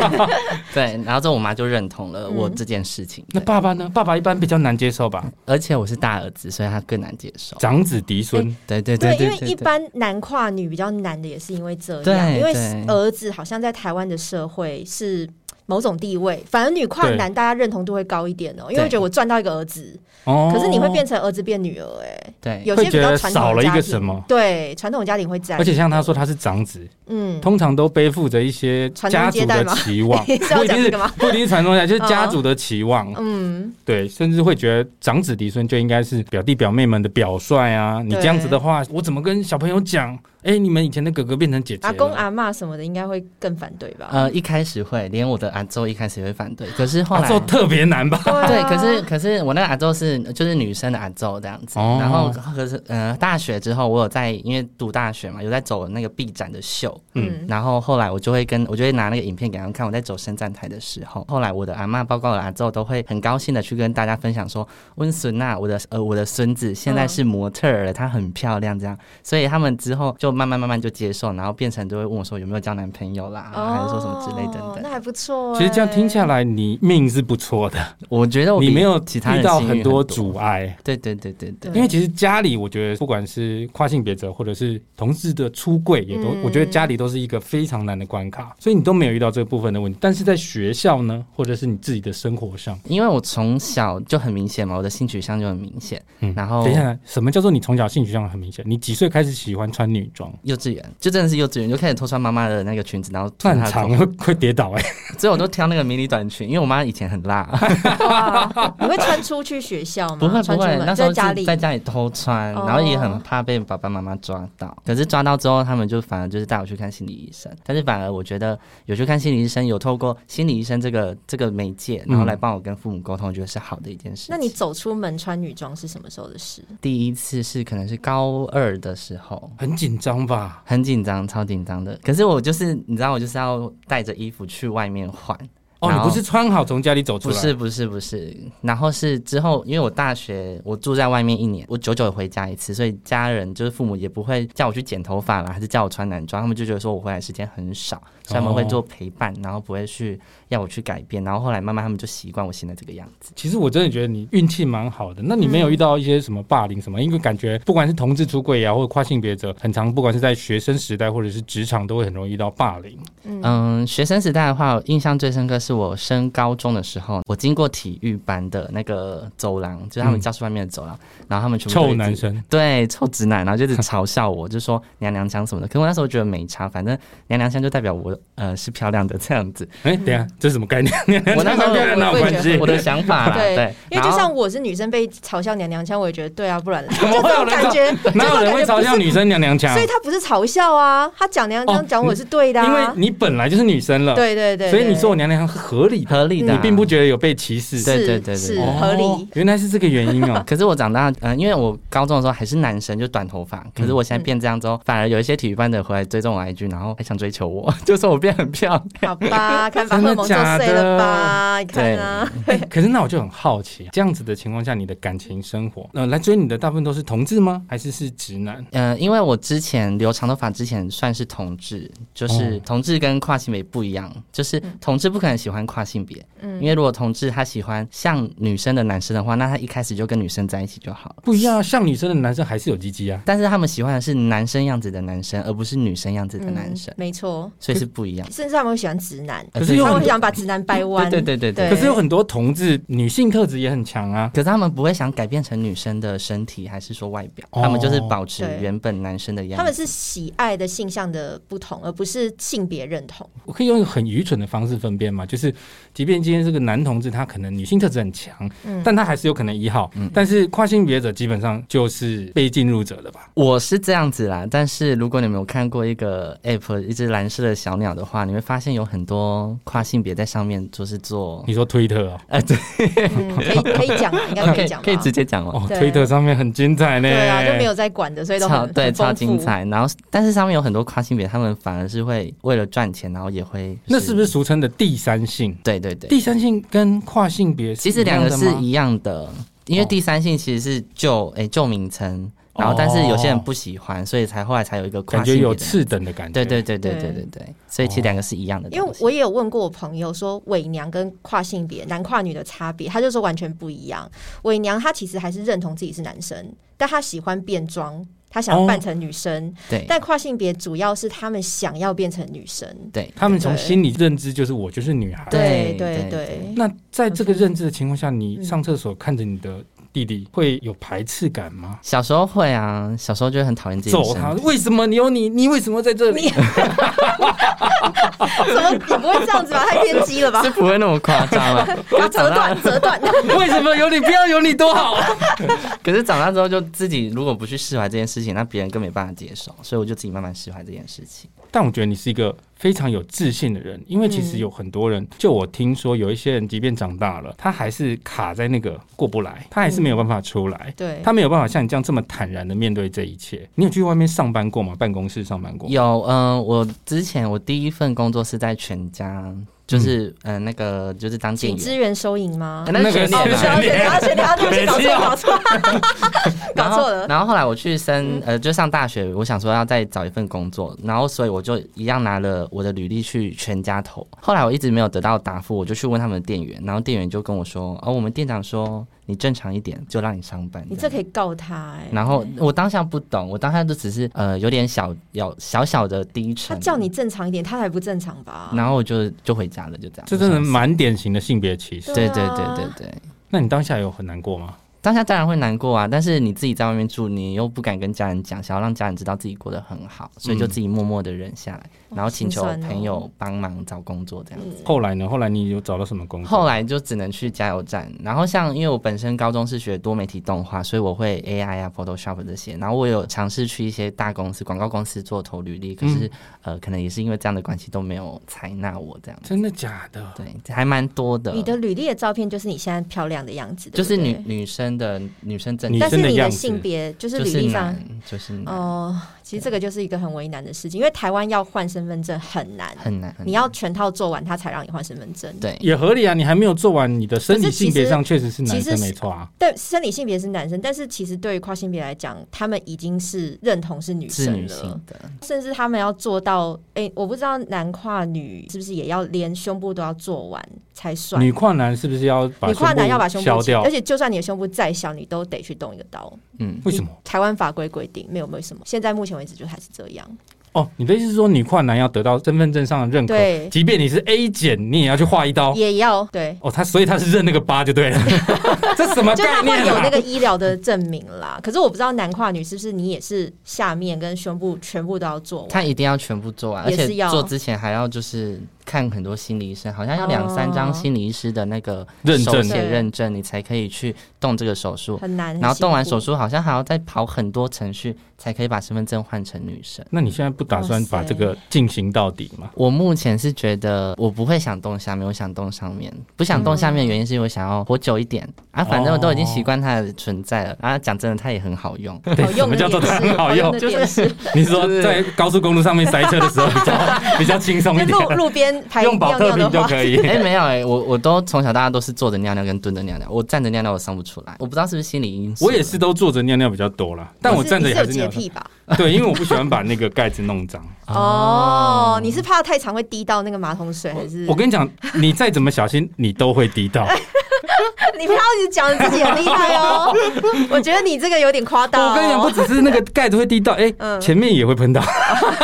Speaker 4: 对，然后之后我妈就认同了我
Speaker 3: 嗯
Speaker 4: 这件事情。
Speaker 2: 那
Speaker 4: 对
Speaker 2: 爸爸呢？爸爸一般比较难接受吧，
Speaker 4: 而且我是大儿子，所以他更难接
Speaker 3: 哦
Speaker 4: 受。
Speaker 2: 长子嫡孙。
Speaker 4: 对对
Speaker 3: 对，因
Speaker 4: 对
Speaker 3: 为一般男跨女比较难的，也是因为这样，
Speaker 4: 对
Speaker 3: 因为
Speaker 4: 对
Speaker 3: 儿子好像在台湾的社会是。某种地位，反而女跨男大家认同度会高一点哦、因为
Speaker 4: 对
Speaker 3: 我觉得我赚到一个儿子，
Speaker 2: 哦
Speaker 3: 可是你会变，成儿子变女儿、哎，
Speaker 4: 对
Speaker 3: 有些比较传统的
Speaker 2: 会觉得少了一个
Speaker 3: 家庭
Speaker 2: 什么
Speaker 3: 对，传统家庭会在，
Speaker 2: 而且像他说他是长子，
Speaker 3: 嗯，
Speaker 2: 通常都背负着一些家族的期望，不一定
Speaker 3: 传宗接代吗 是要讲这
Speaker 2: 是
Speaker 3: 个吗 哦
Speaker 2: 不一定是传宗接代，就是家族的期望。
Speaker 3: 嗯，
Speaker 2: 对，甚至会觉得长子嫡孙就应该是表弟表妹们的表率啊。你
Speaker 3: 对
Speaker 2: 这样子的话，我怎么跟小朋友讲？哎，你们以前的哥哥变成姐姐
Speaker 3: 阿
Speaker 2: 了，
Speaker 3: 公阿嬷什么的应该会更反对吧？
Speaker 4: 呃，一开始会，连我的阿周一开始也会反对，可是后
Speaker 2: 阿
Speaker 4: 来
Speaker 2: 宙特别难吧？
Speaker 3: 啊
Speaker 4: 对，可是可是我那个阿周是就是女生的阿周这样子，
Speaker 2: 哦
Speaker 4: 然后可是呃大学之后我有在因为读大学嘛，有在走那个毕展的秀，
Speaker 2: 嗯
Speaker 3: 嗯，
Speaker 4: 然后后来我就会跟我就会拿那个影片给他们看，我在走伸展台的时候，后来我的阿嬷包括我的阿周都会很高兴的去跟大家分享说，温孙娜，我的呃我的孙子现
Speaker 3: 嗯
Speaker 4: 在是模特儿了，她很漂亮这样，所以他们之后就慢慢慢慢就接受，然后变成都会问我说有没有交男朋友啦，还是说什么之类
Speaker 3: 哦
Speaker 4: 等
Speaker 3: 那
Speaker 4: 等。
Speaker 3: 还不错、
Speaker 2: 其实这样听下
Speaker 3: 来，
Speaker 2: 来，你命是不错的，
Speaker 4: 我觉得我比
Speaker 2: 你没有
Speaker 4: 其他人
Speaker 2: 遇到
Speaker 4: 幸运
Speaker 2: 很
Speaker 4: 很
Speaker 2: 多阻碍。
Speaker 4: 对对对对对
Speaker 3: 对
Speaker 2: 因为其实家里，我觉得不管是跨性别者或者是同志的出柜，也都、
Speaker 3: 嗯
Speaker 2: 我觉得家里都是一个非常难的关卡，所以你都没有遇到这部分的问题。但是在学校呢，或者是你自己的生活上，
Speaker 4: 因为我从小就很明显嘛，我的性取向就很明显。
Speaker 2: 嗯
Speaker 4: 然后
Speaker 2: 等一下，什么叫做你从小性取向很明显？你几岁开始喜欢穿女装？装？
Speaker 4: 幼稚园就真的是幼稚园，就开始偷穿妈妈的那个裙子，然后
Speaker 2: 那
Speaker 4: 穿
Speaker 2: 很
Speaker 4: 她的
Speaker 2: 长
Speaker 4: 头，
Speaker 2: 会 会跌倒哎、
Speaker 4: 所以我都挑那个迷你短裙，因为我妈以前很 辣，
Speaker 3: 哇哎你会穿出去学校吗？
Speaker 4: 不会不
Speaker 3: 穿出
Speaker 4: 会，
Speaker 3: 门
Speaker 4: 那时
Speaker 3: 在
Speaker 4: 候
Speaker 3: 家
Speaker 4: 是
Speaker 3: 里
Speaker 4: 在家里偷穿，
Speaker 3: 哦
Speaker 4: 然后也很怕被爸爸妈妈抓到。可是抓到之后，他们就反而就是带我去看心理医生。但是反而我觉得有去看心理医生，有透过心理医生这个这个媒介，然后来帮我跟父母沟通，我觉得是好的一件事情。
Speaker 3: 那你走出门穿女装是什么时候的事？
Speaker 4: 第一次是可能是高二的时候，
Speaker 2: 很紧张吧？
Speaker 4: 很紧张，超紧张的。可是我就是你知道，我就是要带着衣服去外面换。
Speaker 2: 哦，
Speaker 4: 然
Speaker 2: 你
Speaker 4: 后
Speaker 2: 不是穿好从家里走出
Speaker 4: 不
Speaker 2: 来？
Speaker 4: 是不是不是，然后是之后，因为我大学我住在外面一年，我久久回家一次，所以家人就是父母也不会叫我去剪头发啦，还是叫我穿男装，他们就觉得说我回来时间很少，
Speaker 2: 哦
Speaker 4: 所以他们会做陪伴，然后不会去要我去改变，然后后来慢慢他们就习惯我现在这个样子。
Speaker 2: 其实我真的觉得你运气蛮好的。那你没有遇到一些什么霸凌什么？因为感觉不管是同志出柜啊，或者跨性别者，很常不管是在学生时代或者是职场，都会很容易遇到霸凌。
Speaker 4: 嗯，学生时代的话，我印象最深刻是我升高中的时候，我经过体育班的那个走廊，就是他们
Speaker 2: 嗯
Speaker 4: 教室外面的走廊，然后他们全部都一
Speaker 2: 臭
Speaker 4: 直
Speaker 2: 男生，
Speaker 4: 对，臭直男，然后就一直嘲笑我，就说娘娘腔什么的。可是我那时候觉得没差，反正娘娘腔就代表我呃是漂亮的这样 子，
Speaker 2: 哎、等一下，这是什么概念？
Speaker 4: 我那时 候
Speaker 2: 跟人哪有
Speaker 3: 我也
Speaker 2: 关系
Speaker 3: 觉？
Speaker 4: 我的想法啦。
Speaker 3: 对
Speaker 4: 啊对，
Speaker 3: 因为就
Speaker 4: 然后
Speaker 3: 像我是女生被嘲笑娘娘腔，我也觉得对啊，不 然
Speaker 2: 怎么会有人
Speaker 3: 就这种感觉
Speaker 2: 嘲哪有人会嘲笑女生娘娘腔
Speaker 3: 所？以他不是嘲笑啊，他讲娘娘
Speaker 2: 哦
Speaker 3: 腔讲我是对的、啊
Speaker 2: 因为你本来就是女生了，
Speaker 3: 对对对，
Speaker 2: 所以你说我
Speaker 3: 做
Speaker 2: 娘娘腔是合理的，
Speaker 4: 合理的啊，
Speaker 2: 你并不觉得有被歧视。
Speaker 4: 对
Speaker 3: 是
Speaker 4: 对对
Speaker 3: 是
Speaker 4: 对。
Speaker 2: 哦
Speaker 3: 合理。
Speaker 2: 原来是这个原因 哦
Speaker 4: 可是我长大，嗯、因为我高中的时候还是男生，就短头发。可是我现在变这样之后，反而有一些体育班的回来追踪我 IG，然后还想追求我， 就说我变很漂亮。
Speaker 3: 好 吧，看把
Speaker 2: 真的
Speaker 3: 荷尔蒙作
Speaker 2: 假
Speaker 3: 祟
Speaker 2: 的
Speaker 3: 了吧？你看啊，
Speaker 2: 哎可是那我就很好奇，这样子的情况下，你的感情生活，呃，来追你的大部分都是同志吗？还是是直男？
Speaker 4: 呃，因为我之前留长头发之前算是同志，就是
Speaker 2: 哦
Speaker 4: 同志跟跨性别不一样，就是同志不可能喜欢跨性别，
Speaker 3: 嗯
Speaker 4: 因为如果同志他喜欢像女生的男生的话，那他一开始就跟女生在一起就好了。
Speaker 2: 不一样啊，像女生的男生还是有鸡鸡啊。
Speaker 4: 但是他们喜欢的是男生样子的男生，而不是女生样子的男生，
Speaker 3: 嗯没错，哦
Speaker 4: 所以是不一样的。
Speaker 3: 甚至他们会喜欢直男，
Speaker 2: 可是有
Speaker 3: 他
Speaker 2: 很
Speaker 3: 们会
Speaker 2: 多，
Speaker 3: 想把直男掰弯。
Speaker 4: 对对对对对。
Speaker 2: 可是有很多同志女性特质也很强啊。
Speaker 4: 可是他们不会想改变成女生的身体还是说外表，
Speaker 2: 哦
Speaker 4: 他们就是保持
Speaker 3: 对
Speaker 4: 原本男生的样
Speaker 3: 他们
Speaker 4: 子。
Speaker 3: 是喜爱的性向的不同，而不是性别认 同。
Speaker 2: 我可以用一个很愚蠢的方式分辨嘛，就是即便今天这个男同志他可能女性特质很强，
Speaker 3: 嗯
Speaker 2: 但他还是有可能一号。
Speaker 4: 嗯
Speaker 2: 但是跨性别者基本上就是被进入者了吧？
Speaker 4: 我是这样子啦，但是如果你们有看过一个 app 一只蓝色的小鸟的话，你会发现有很多跨性别在上面就是做，
Speaker 2: 你说推特哦，
Speaker 4: 哎、对，
Speaker 3: 嗯，可以可以讲吧，应该可以讲吧。
Speaker 4: 可以直接讲哦。
Speaker 2: 哦，
Speaker 3: 对
Speaker 2: 推特上面很精彩呢。
Speaker 3: 对啊，就没有在管的，所以都
Speaker 4: 超
Speaker 3: 很
Speaker 4: 对
Speaker 3: 很丰
Speaker 4: 超
Speaker 3: 富
Speaker 4: 精彩，然后但是上面有很多跨性别，他们反而是会为了赚钱，然后也会
Speaker 2: 那是不是？俗称的第三性？
Speaker 4: 对对对，
Speaker 2: 第三性跟跨性别
Speaker 4: 其实两个是
Speaker 2: 一
Speaker 4: 一样的，因
Speaker 2: 哦
Speaker 4: 为第三性其实是旧诶旧名称，然后但是有些人不喜欢，所以才后来才有一个
Speaker 2: 样的吗，
Speaker 4: 跨
Speaker 2: 哦感觉
Speaker 4: 性别
Speaker 2: 有
Speaker 4: 的。
Speaker 2: 次等的感觉。
Speaker 4: 对对对对对对对，所以其实两个是一样的东西。
Speaker 3: 因为我也有问过我朋友说伪娘跟跨性别男跨女的差别，他就说完全不一样。伪娘她其实还是认同自己是男生，但她喜欢变装，她想要扮成女生；
Speaker 4: 哦对
Speaker 3: 但跨性别主要是他们想要变成女生。
Speaker 4: 对
Speaker 2: 他们从心理认知就是我就是女孩。
Speaker 4: 对
Speaker 3: 对
Speaker 4: 对
Speaker 3: 对，
Speaker 2: 那在这个认知的情况下，
Speaker 4: 嗯
Speaker 2: 你上厕所看着你的弟弟，会有排斥感吗？
Speaker 4: 小时候会啊，小时候就会很讨厌自己的
Speaker 2: 揍
Speaker 4: 身
Speaker 2: 他！
Speaker 4: 体。
Speaker 2: 为什么你有你？你为什么在这 里？
Speaker 3: 怎么你不会这样子吧？太偏激了吧
Speaker 4: 是？不会那么夸 张了，可
Speaker 3: 把
Speaker 4: 是
Speaker 3: 折
Speaker 4: 长大
Speaker 3: 断，折断。
Speaker 2: 为什么有你不要有你多好？啊
Speaker 4: 可是长大之后就自己如果不去释怀这件事情，那别人更没办法接受，所以我就自己慢慢释怀这件事情。
Speaker 2: 但我觉得你是一个非常有自信的人，因为其实有很多人，就我听说有一些人，即便长大了，他还是卡在那个过不来，他还是没有办法出来。
Speaker 3: 对，
Speaker 4: 嗯
Speaker 2: 他没有办法像你这样这么坦然的面对这一切。你有去外面上班过吗？办公室上班过？
Speaker 4: 有，嗯、我之前我第一份工作是在全家，就是嗯、呃那个就是当
Speaker 3: 请
Speaker 4: 店员。
Speaker 3: 支援收银吗
Speaker 4: 呃？那
Speaker 2: 那
Speaker 4: 是
Speaker 2: 个
Speaker 4: 学
Speaker 2: 是
Speaker 3: 哦，
Speaker 4: 店
Speaker 3: 不是，要先 要
Speaker 4: 的
Speaker 3: 先聊，对不起，搞错了，搞错了，搞
Speaker 4: 然后
Speaker 3: 错了。嗯
Speaker 4: 然后后来我去升呃，就上大学，我想说要再找一份工作，然后所以我就一样拿了我的履历去全家投。后来我一直没有得到答复，我就去问他们的店员，然后店员就跟我说：“哦，我们店长说你正常一点，就让你上班。”
Speaker 3: 你这可以告他哎、
Speaker 4: 然后我当下不懂，我当下就只是呃有点小有小小的低
Speaker 3: 他
Speaker 4: 沉。
Speaker 3: 叫你，正常一点，他还不正常吧？
Speaker 4: 然后我就就回家了，就这样。
Speaker 2: 这真的蛮典型的性别歧视。
Speaker 4: 对对
Speaker 3: 对啊
Speaker 4: 对对对。
Speaker 2: 那你当下有很难过吗？
Speaker 4: 当下当然会难过啊，但是你自己在外面住，你又不敢跟家人讲，想要让家人知道自己过得很好，所以就自己默默的忍下来，然后请求
Speaker 3: 好心酸哦
Speaker 4: 朋友帮忙找工作这样子。
Speaker 2: 后来呢？后来你有找到什么工作？
Speaker 4: 后来就只能去加油站，然后像因为我本身高中是学多媒体动画，所以我会 AI 啊、Photoshop 这些，然后我有尝试去一些大公司、广告公司做投履历，可
Speaker 2: 嗯
Speaker 4: 是、呃，可能也是因为这样的关系都没有采纳我这样，
Speaker 2: 真的假的？
Speaker 4: 对，还蛮多的。
Speaker 3: 你的履历的照片就是你现在漂亮的样子，
Speaker 4: 就是
Speaker 3: 对
Speaker 4: 女
Speaker 3: 不对
Speaker 4: 女生的女生整
Speaker 2: 女
Speaker 3: 但是
Speaker 2: 生的
Speaker 3: 你
Speaker 2: 样
Speaker 3: 的
Speaker 2: 子
Speaker 3: 性别就是
Speaker 4: 就
Speaker 3: 履
Speaker 4: 是嗯
Speaker 3: 历上
Speaker 4: 男，就是男
Speaker 3: 哦，其实这个就是一个很为难的事情，因为台湾要换身份证很难，
Speaker 4: 很难，很
Speaker 3: 你
Speaker 4: 难
Speaker 3: 要全套做完，他才让你换身份证。
Speaker 4: 对
Speaker 2: 也合理啊，你还没有做完，你的生理
Speaker 3: 可是其
Speaker 2: 性
Speaker 3: 实
Speaker 2: 别上确实是男
Speaker 3: 其
Speaker 2: 生
Speaker 3: 实是
Speaker 2: 没错啊。
Speaker 3: 但生理性别是男生，但是其实对于跨性别来讲，他们已经是认同是女
Speaker 4: 是
Speaker 3: 生
Speaker 4: 女
Speaker 3: 了
Speaker 4: 性，的，
Speaker 3: 甚至他们要做到，诶，我不知道男跨女是不是也要连胸部都要做完才算。
Speaker 2: 女跨男是不是要把
Speaker 3: 你跨男要把胸部
Speaker 2: 削
Speaker 3: 切
Speaker 2: 掉
Speaker 3: 而？且就算你的胸部再小，你都得去动一个刀。
Speaker 4: 嗯，
Speaker 2: 为什么？
Speaker 3: 台湾法规规定没有没有什么，现在目前为止就还是这样。
Speaker 2: 哦，你的意思是说女跨男要得到身份证上的认可，
Speaker 3: 对
Speaker 2: 即便你是 A 减，你也要去划一刀。
Speaker 3: 也要对，
Speaker 2: 哦，他所以他是认那个八就对 了，这什么
Speaker 3: 就
Speaker 2: 概
Speaker 3: 他会
Speaker 2: 念
Speaker 3: 有那
Speaker 2: 啊？
Speaker 3: 个医疗的证明啦。可是我不知道男跨女是不是你也是下面跟胸部全部都要做完。
Speaker 4: 他一定要全部做完，而
Speaker 3: 也是
Speaker 4: 且
Speaker 3: 要
Speaker 4: 做之前还要就是看很多心理医生，好像要两
Speaker 3: 哦
Speaker 4: 三张心理医师的那个
Speaker 2: 认证
Speaker 4: 手写
Speaker 3: 对
Speaker 4: 认证，你才可以去动这个手术。
Speaker 3: 很难，
Speaker 4: 然后动完
Speaker 3: 很辛
Speaker 4: 手
Speaker 3: 苦，
Speaker 4: 术，好像还要再跑很多程序，才可以把身份证换成女生。
Speaker 2: 那你现在不打算把这个进行到底吗？
Speaker 4: 我目前是觉得我不会想动下面，我想动上面。不想动下
Speaker 3: 嗯
Speaker 4: 面的原因是因为我想要活久一点、啊，反正我都已经习惯它的存在了。啊，讲真的，它也很好用。
Speaker 2: 对
Speaker 3: 好，
Speaker 2: 什
Speaker 3: 哦用
Speaker 2: 么
Speaker 3: 的
Speaker 2: 叫做它
Speaker 3: 点
Speaker 2: 很
Speaker 3: 是
Speaker 2: 好
Speaker 3: 好
Speaker 2: 用？
Speaker 3: 的点是，
Speaker 2: 你是说在高速公路上面塞车的时候比 较比较轻松一
Speaker 3: 就路
Speaker 2: 点，
Speaker 3: 路边排
Speaker 2: 用保
Speaker 3: 尿
Speaker 2: 特
Speaker 3: 尿
Speaker 2: 瓶
Speaker 3: 的
Speaker 2: 就
Speaker 3: 话，
Speaker 2: 可 以。
Speaker 4: 哎、没有哎、我我都从小到大都是坐着尿尿跟蹲着尿尿，我站着尿尿我上不出来，我不知道是不是心理因素。
Speaker 2: 我也是都坐着尿尿比较多啦，但我
Speaker 3: 你是
Speaker 2: 站着
Speaker 3: 你
Speaker 2: 也
Speaker 3: 是有
Speaker 2: 还是
Speaker 3: 洁
Speaker 2: 尿。
Speaker 3: 癖吧？
Speaker 2: 对，因为我不喜欢把那个盖子弄脏。
Speaker 3: 哦，你是怕太长会滴到那个马桶水，还是
Speaker 2: 我跟你讲，你再怎么小心，你都会滴到。
Speaker 3: 你不要一直讲自己很厉害 哦？我觉得你这个有点夸大哦。
Speaker 2: 我跟你讲，不只是那个盖子会滴到，哎、
Speaker 3: 嗯
Speaker 2: 前面也会喷到。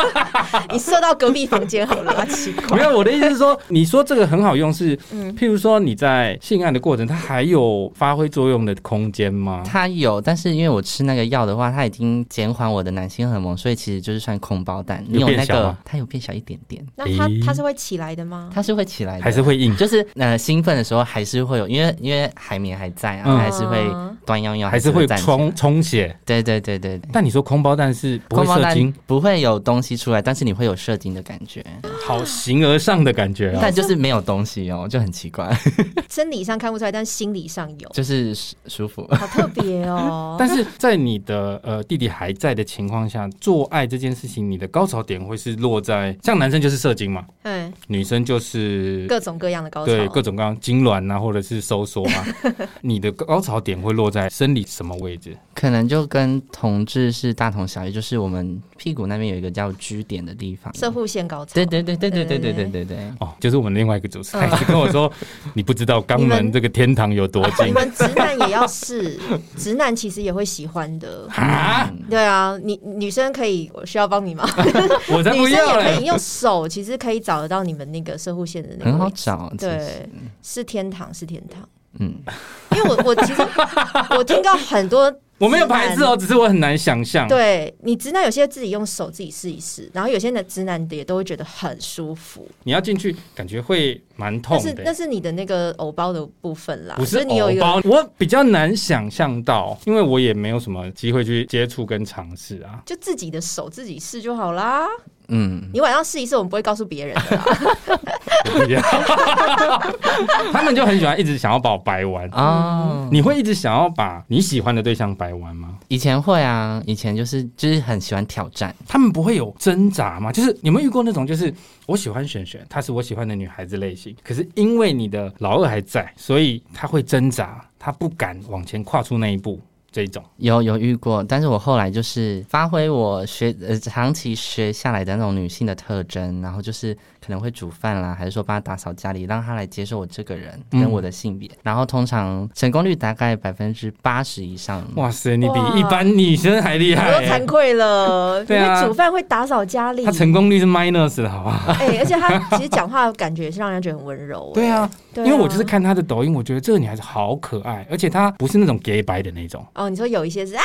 Speaker 3: 你射到隔壁房间好了，奇怪。嗯
Speaker 2: 没有，我的意思是说，你说这个很好用是，譬如说你在性爱的过程，它还有发挥作用的空间吗？
Speaker 4: 它有，但是因为我吃那个药的话，它已经减缓我的男性荷尔蒙，所以其实就是算空包蛋。你
Speaker 2: 有
Speaker 4: 有
Speaker 2: 变
Speaker 4: 那
Speaker 2: 小
Speaker 4: 个
Speaker 2: 吗，
Speaker 4: 它有变小一点点，
Speaker 3: 那它
Speaker 2: 咦
Speaker 3: 它是会起来的吗？
Speaker 4: 它是会起来的，
Speaker 2: 还是会硬？
Speaker 4: 就是呃兴奋的时候还是会有，因为因为海绵还在啊，
Speaker 2: 嗯
Speaker 4: 它还是会端腰腰，
Speaker 2: 还是会
Speaker 4: 站起来
Speaker 2: 充。充血？
Speaker 4: 对对对对对。
Speaker 2: 但你说空包蛋是不会
Speaker 4: 空包
Speaker 2: 射
Speaker 4: 蛋
Speaker 2: 精，
Speaker 4: 不会有东西出来，但是你会有射精的感觉，
Speaker 2: 好形而上的感 觉啊！
Speaker 4: 但就是没有东西哦，就很奇怪，
Speaker 3: 生理上看不出来，但心理上有，
Speaker 4: 就是舒舒服。
Speaker 3: 好特别哦。
Speaker 2: 但是在你的呃弟弟还在的情况下，做爱这件事情，你的高潮点会是落在像男生就是射精嘛，
Speaker 3: 嗯，
Speaker 2: 女生就是
Speaker 3: 各种各样的高潮，哦
Speaker 2: 对各种各样痉挛啊，或者是收缩啊，你的高潮点会落在生理什么位置？
Speaker 4: 可能就跟同志是大同小异，就是我们屁股那边有一个叫 G 点的地方。
Speaker 3: 射护腺高潮。
Speaker 4: 对对对对对对对对对对。
Speaker 2: 哦，就是我们另外一个主持
Speaker 3: 嗯
Speaker 2: 人跟我说，你不知道肛门这个天堂有多
Speaker 3: 你
Speaker 2: 近
Speaker 3: 们直男也要试，直男其实也会喜欢的。
Speaker 2: 啊！
Speaker 3: 对啊，你女生可以，我需要 帮你吗？
Speaker 2: 我才
Speaker 3: 女
Speaker 2: 不
Speaker 3: 生
Speaker 2: 要
Speaker 3: 也可
Speaker 2: 嘞！
Speaker 3: 以用手，其实可以找得到你们那个射护线的那个
Speaker 4: 很好
Speaker 3: 位置
Speaker 2: 啊
Speaker 4: 找，啊其实，
Speaker 3: 对，
Speaker 2: 嗯
Speaker 3: 是天堂，是天堂。
Speaker 4: 嗯，
Speaker 3: 因为我我其实 我听到很多
Speaker 2: 我没有排斥哦，只是我很难想象。
Speaker 3: 对你直男有些自己用手自己试一试，然后有些男直男的也都会觉得很舒服，
Speaker 2: 你要进去，感觉会蛮痛
Speaker 3: 但是那
Speaker 2: 的。
Speaker 3: 是你的那个偶包的部分啦，
Speaker 2: 不
Speaker 3: 就是是你有一
Speaker 2: 偶
Speaker 3: 个
Speaker 2: 包，我比较难想象到，因为我也没有什么机会去接触跟尝试啊。
Speaker 3: 就自己的手自己试就好啦。
Speaker 4: 嗯，
Speaker 3: 你晚上试一试，我们不会告诉别人 的啦。
Speaker 2: 我 不要他们就很喜欢一直想要把我掰弯。
Speaker 3: 啊
Speaker 4: 哦，
Speaker 2: 你会一直想要把你喜欢的对象掰弯吗？
Speaker 4: 以前会啊，以前就是就是很喜欢挑战，
Speaker 2: 他们不会有挣扎吗？就是你有没有遇过那种，就是我喜欢璇璇，她是我喜欢的女孩子类型，可是因为你的老二还在，所以她会挣扎，她不敢往前跨出那一步。这一种
Speaker 4: 有有遇过，但是我后来就是发挥我学呃长期学下来的那种女性的特征，然后就是可可能会煮饭啦，还是说帮他打扫家里，让他来接受我这个人跟我的性别。然后通常成功率大概百分之八十以上。
Speaker 2: 哇塞，你
Speaker 3: 哇
Speaker 2: 比一般女生还厉害
Speaker 3: 我都
Speaker 2: 欸、
Speaker 3: 惭愧了，
Speaker 2: 对啊
Speaker 3: 因为煮饭会打扫家里
Speaker 2: 他，成功率是 minus 的好不好？
Speaker 3: 哎、而且他其实讲话感觉也是让人觉得很温柔、
Speaker 2: 对啊
Speaker 3: 哎，对啊
Speaker 2: 因为我就是看她的抖音，我觉得这个女孩子好可爱，而且她不是那种 gay 白的那种。
Speaker 3: 哦，你说有一些是啊，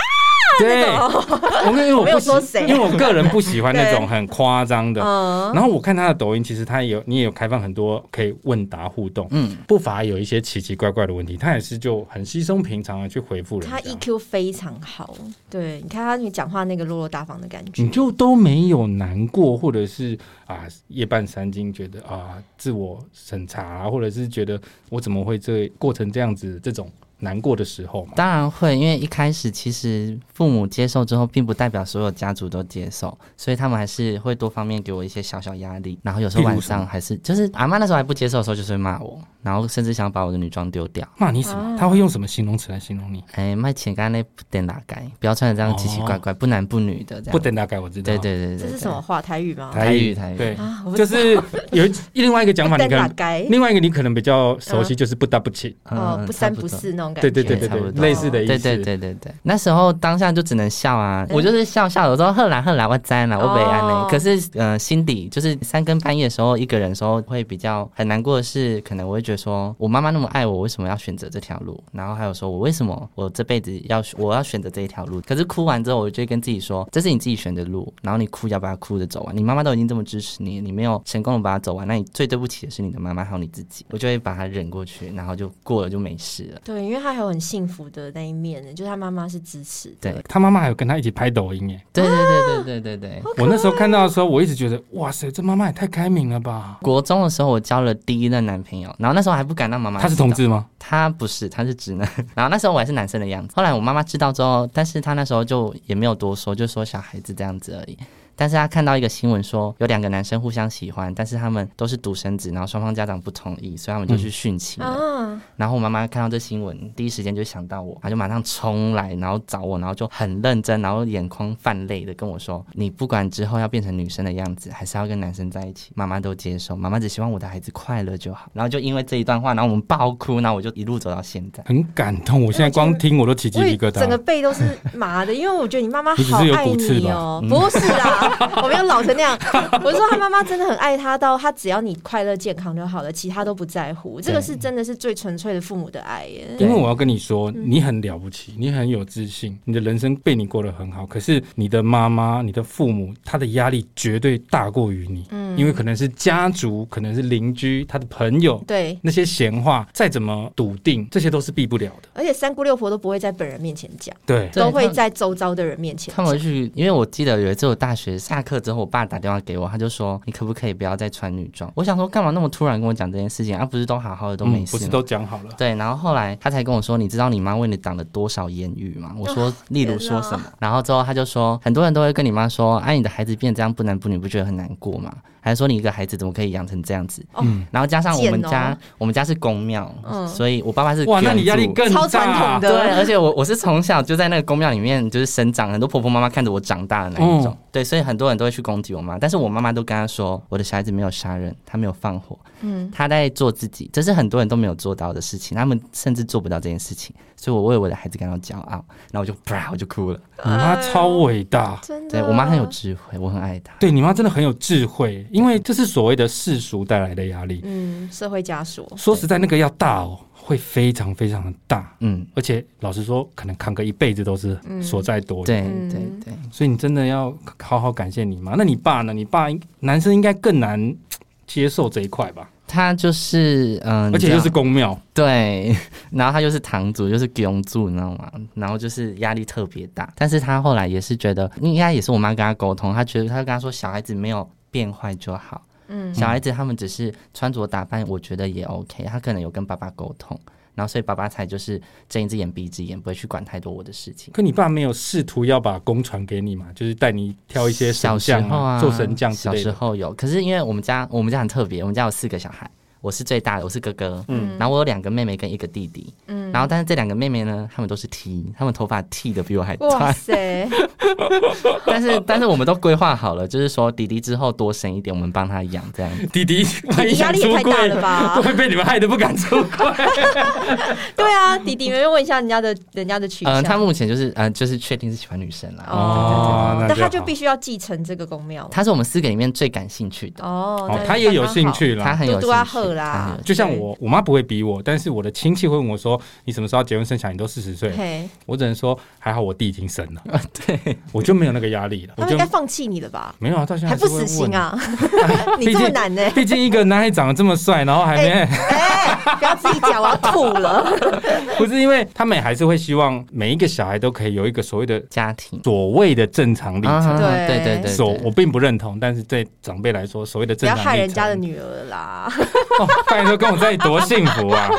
Speaker 2: 对，我跟因为我
Speaker 3: 我没有
Speaker 2: 不喜
Speaker 3: 说谁
Speaker 2: 因为我个人不喜欢那种很夸张的。
Speaker 3: 嗯，
Speaker 2: 然后我看她的抖音，其实她也有你也有开放很多可以问答互动，
Speaker 4: 嗯，
Speaker 2: 不乏有一些奇奇怪怪的问题，她也是就很稀松平常的去回复人家
Speaker 3: 他。EQ 非常好，对，你看他你讲话那个落落大方的感
Speaker 2: 你
Speaker 3: 觉，
Speaker 2: 就都没有难过，或者是啊夜半三更觉得啊自我审查、或者是觉得我怎么会这过成这样子这种难过的时候嘛？
Speaker 4: 当然会，因为一开始其实父母接受之后，并不代表所有家族都接受，所以他们还是会多方面给我一些小小压力。然后有时候
Speaker 2: 例如
Speaker 4: 晚
Speaker 2: 什么
Speaker 4: 上还是，就是阿妈那时候还不接受的时候，就是会骂我，然后甚至想把我的女装丢掉。
Speaker 2: 骂你什么？他会用什么形容词来形容你？
Speaker 4: 哎，卖钱干那不点哪该，不要穿的这样奇奇怪怪，不男不女的这样。
Speaker 2: 哦不，等大概我知道。
Speaker 4: 对对对对，
Speaker 3: 这是
Speaker 4: 对
Speaker 3: 什么？话？台语吗？
Speaker 4: 台语台语
Speaker 2: 对，
Speaker 3: 啊，我不
Speaker 2: 就是有一另外一个讲法，你 可
Speaker 3: 打
Speaker 2: 能
Speaker 3: 该
Speaker 2: 另外一个你可能比较熟悉，就是不搭不起。
Speaker 3: 哦，
Speaker 4: 嗯
Speaker 3: 不三
Speaker 4: 差
Speaker 3: 不
Speaker 4: 多
Speaker 3: 四那种感
Speaker 2: 对
Speaker 3: 觉，
Speaker 2: 对对对
Speaker 4: 差不
Speaker 2: 对，
Speaker 4: 多
Speaker 2: 类似的意
Speaker 4: 对
Speaker 2: 思。
Speaker 4: 对对对对，那时候当下就只能笑啊，
Speaker 3: 嗯
Speaker 4: 我就是笑笑，有时候喝啦喝啦，我栽了，我北安
Speaker 3: 哦
Speaker 4: 呢。可是呃，心底就是三更半夜的时候，一个人的时候会比较很难过的是，可能我会觉得说，我妈妈那么爱我，为什么要选择这条路？然后还有说我为什么我这辈子要我要选择这一条路？可是哭完之后，我就会跟自己说，这是你自己选的路，然后你哭要把它哭着走完，你妈妈都已经这么支持你，你没有成功的把它走完，那你最对不起的是你的妈妈还有你自己。我就会把它忍过去，然后就过了就没事了。
Speaker 3: 对，因为他还有很幸福的那一面呢，就是他妈妈是支持的，
Speaker 4: 对
Speaker 2: 他妈妈还有跟他一起拍抖音耶。
Speaker 4: 对对对对对对对。
Speaker 2: 我那时候看到的时候，我一直觉得，哇塞，这妈妈也太开明了吧！
Speaker 4: 国中的时候，我交了第一任男朋友，然后那时候还不敢让妈妈。
Speaker 2: 他是同，志吗？
Speaker 4: 他不是，他是直男。 然后那时候我还是男生的样子。后来我妈妈知道之后，但是她那时候就也没有多说，就说小孩子这样子而已。但是她看到一个新闻说，有两个男生互相喜欢，但是他们都是独生子，然后双方家长不同意，所以他们就
Speaker 2: 嗯
Speaker 4: 去殉情了。
Speaker 3: 啊，
Speaker 4: 然后我妈妈看到这新闻，第一时间就想到我，她就马上冲来，然后找我，然后就很认真，然后眼眶泛泪的跟我说：“你不管之后要变成女生的样子，还是要跟男生在一起，妈妈都接受，妈妈只希望我的孩子快乐就好。”然后就因为这一段话，然后我们爆哭，然后我就一路走到现在。
Speaker 2: 很感动，我现在光听我都起鸡
Speaker 3: 我
Speaker 2: 皮
Speaker 3: 也
Speaker 2: 疙
Speaker 3: 整个
Speaker 2: 瘩。
Speaker 3: 背都是麻的，因为我觉得你妈妈
Speaker 2: 你只
Speaker 3: 好
Speaker 2: 是有
Speaker 3: 爱
Speaker 2: 骨刺
Speaker 3: 你
Speaker 2: 吧
Speaker 3: 哦、
Speaker 4: 嗯
Speaker 3: 不是啦，我没有老成那样。我是说他妈妈真的很爱他，到他只要你快乐健康就好了，其他都不在乎。这个是真的是最纯粹的父母的爱耶。
Speaker 2: 因为我要跟你说，
Speaker 3: 嗯
Speaker 2: 你很了不起，你很有自信，你的人生被你过得很好。可是你的妈妈、你的父母，他的压力绝对大过于你，
Speaker 3: 嗯
Speaker 2: 因为可能是家族，可能是邻居，他的朋友，
Speaker 3: 对，
Speaker 2: 那些闲话，再怎么笃定，这些都是避不了的。嗯
Speaker 3: 而且三姑六婆都不会在本人面前讲，
Speaker 2: 对，
Speaker 4: 对
Speaker 3: 都会
Speaker 4: 他们
Speaker 3: 在周遭的人面前
Speaker 4: 他
Speaker 3: 讲
Speaker 4: 们。会去，因为我记得有一次我大学下课之后，我爸打电话给我，他就说：“你可不可以不要再穿女装？”我想说，干嘛那么突然跟我讲这件事情啊？不是都好好的，都没
Speaker 2: 嗯
Speaker 4: 事
Speaker 2: 不
Speaker 4: 吗
Speaker 2: 是都讲好了。
Speaker 4: 对，然后后来他才跟我说，你知道你妈为你挡了多少言语吗？我
Speaker 3: 哦
Speaker 4: 说，例如说什么？然后之后他就说，很多人都会跟你妈说，哎、你的孩子变这样不男不女，不觉得很难过吗？还是说你一个孩子怎么可以养成这样子？
Speaker 3: 哦
Speaker 4: 嗯，然后加上我们
Speaker 3: 贱哦
Speaker 4: 家，我们家是公庙，
Speaker 3: 嗯
Speaker 4: 所以我爸爸是
Speaker 2: 哇，那
Speaker 4: 捐
Speaker 2: 你压力
Speaker 4: 助
Speaker 2: 更大。
Speaker 3: 超传统的
Speaker 4: 对，而且我我是从小就在那个公庙里面就是生长，很多婆婆妈妈看着我长大的那一种。
Speaker 2: 嗯
Speaker 4: 对，所以很多人都会去攻击我妈，但是我妈妈都跟她说，我的小孩子没有杀人，他没有放火，
Speaker 3: 嗯，
Speaker 4: 他在做自己，这是很多人都没有做到的事情，他们甚至做不到这件事情，所以我为我的孩子感到骄傲，然后我就啪我就哭了。
Speaker 2: 你
Speaker 3: 嗯
Speaker 2: 妈超伟大，
Speaker 3: 真的，哦
Speaker 4: 对我妈很有智慧，我很爱她。
Speaker 2: 对你妈真的很有智慧，因为这是所谓的世俗带来的压力。
Speaker 3: 嗯社会枷 锁。
Speaker 2: 说实在，那个要大哦，会非常非常的大，
Speaker 4: 嗯，
Speaker 2: 而且老实说，可能扛个一辈子都是所在多的。
Speaker 4: 对
Speaker 3: 嗯
Speaker 4: 对对，
Speaker 2: 所以你真的要好好感谢你妈。那你爸呢？你爸应男生应该更难嘖接受这一块吧，
Speaker 4: 她就是嗯，
Speaker 2: 而且又
Speaker 4: 你知
Speaker 2: 是
Speaker 4: 道
Speaker 2: 公庙，
Speaker 4: 对，然后她又是堂主，又是公主，你知道吗？然后就是压力特别大，但是她后来也是觉得，应该也是我妈跟她沟通，她觉得她跟她说，小孩子没有变坏就好。
Speaker 3: 嗯，
Speaker 4: 小孩子他们只是穿着打扮，我觉得也 OK。他可能有跟爸爸沟通，然后所以爸爸才就是睁一只眼闭一只眼，不会去管太多我的事情。
Speaker 2: 可你爸没有试图要把功传给你嘛，就是带你挑一些
Speaker 4: 小
Speaker 2: 神
Speaker 4: 时
Speaker 2: 将
Speaker 4: 候啊，
Speaker 2: 做神将之
Speaker 4: 小
Speaker 2: 类
Speaker 4: 时
Speaker 2: 的。
Speaker 4: 候有，可是因为我们家我们家很特别，我们家有四个小孩，我是最大的，我是哥哥，
Speaker 2: 嗯
Speaker 4: 嗯，然后我有两个妹妹跟一个弟弟，
Speaker 3: 嗯
Speaker 4: 嗯，然后但是这两个妹妹呢，她们都是剃，她们头发剃的比我还
Speaker 3: 哇
Speaker 4: 短，
Speaker 3: 塞，
Speaker 4: 但是但是我们都规划好了，就是说弟弟之后多生一点，我们帮他养这样。
Speaker 2: 弟弟，万一
Speaker 3: 压
Speaker 2: 想
Speaker 3: 力
Speaker 2: 出
Speaker 3: 也太大
Speaker 2: 柜
Speaker 3: 了吧哦
Speaker 2: 都会被你们害得不敢出柜。
Speaker 3: 对啊，弟弟，妹妹问一下人家的人家的取
Speaker 4: 嗯、
Speaker 3: 向。
Speaker 4: 呃，他目前就是嗯、呃就是确定是喜欢女生啦。
Speaker 2: 哦那
Speaker 3: 那
Speaker 2: 就
Speaker 3: 他就
Speaker 2: 好
Speaker 3: 必须要继承这个公庙。
Speaker 4: 她是我们四个里面最感兴趣的，
Speaker 3: 哦
Speaker 2: 哦，他也有兴，趣
Speaker 4: 她
Speaker 2: 啦。
Speaker 4: 很有
Speaker 3: 嘟
Speaker 4: 兴
Speaker 3: 嘟啊
Speaker 4: 趣
Speaker 3: 赫啦
Speaker 4: 她很有兴趣
Speaker 2: 就像我，我妈不会逼我，但是我的亲戚会问我说：“你什么时候要结婚生小孩？你都四十岁
Speaker 3: 那
Speaker 2: 了
Speaker 3: 刚好。嘿，”
Speaker 2: 我只能说，还好我弟已经生了，对我就没有那个压力了。我
Speaker 3: 他们
Speaker 2: 就
Speaker 3: 啊应该放弃你了吧？
Speaker 2: 没有啊，到现在
Speaker 3: 还不
Speaker 2: 是会
Speaker 3: 死心
Speaker 2: 问！
Speaker 3: 啊？ 你
Speaker 2: 毕
Speaker 3: 这么
Speaker 2: 竟
Speaker 3: 难呢、
Speaker 2: 毕竟一个男孩长得这么帅，然后还没
Speaker 3: 哎不要自己讲，我要吐了。
Speaker 2: 不是因为他们还是会希望每一个小孩都可以有一个所谓的
Speaker 4: 家庭
Speaker 2: 所谓的正常历
Speaker 4: 啊
Speaker 2: 程。
Speaker 3: 对
Speaker 4: 对对对，
Speaker 2: 所
Speaker 4: 对
Speaker 2: 我并不认同，但是对长辈来说，所谓的
Speaker 3: 不
Speaker 2: 正
Speaker 3: 要
Speaker 2: 常历程，
Speaker 3: 害人家 的女儿啦。
Speaker 2: 哦，拜托跟我在一起多幸福啊！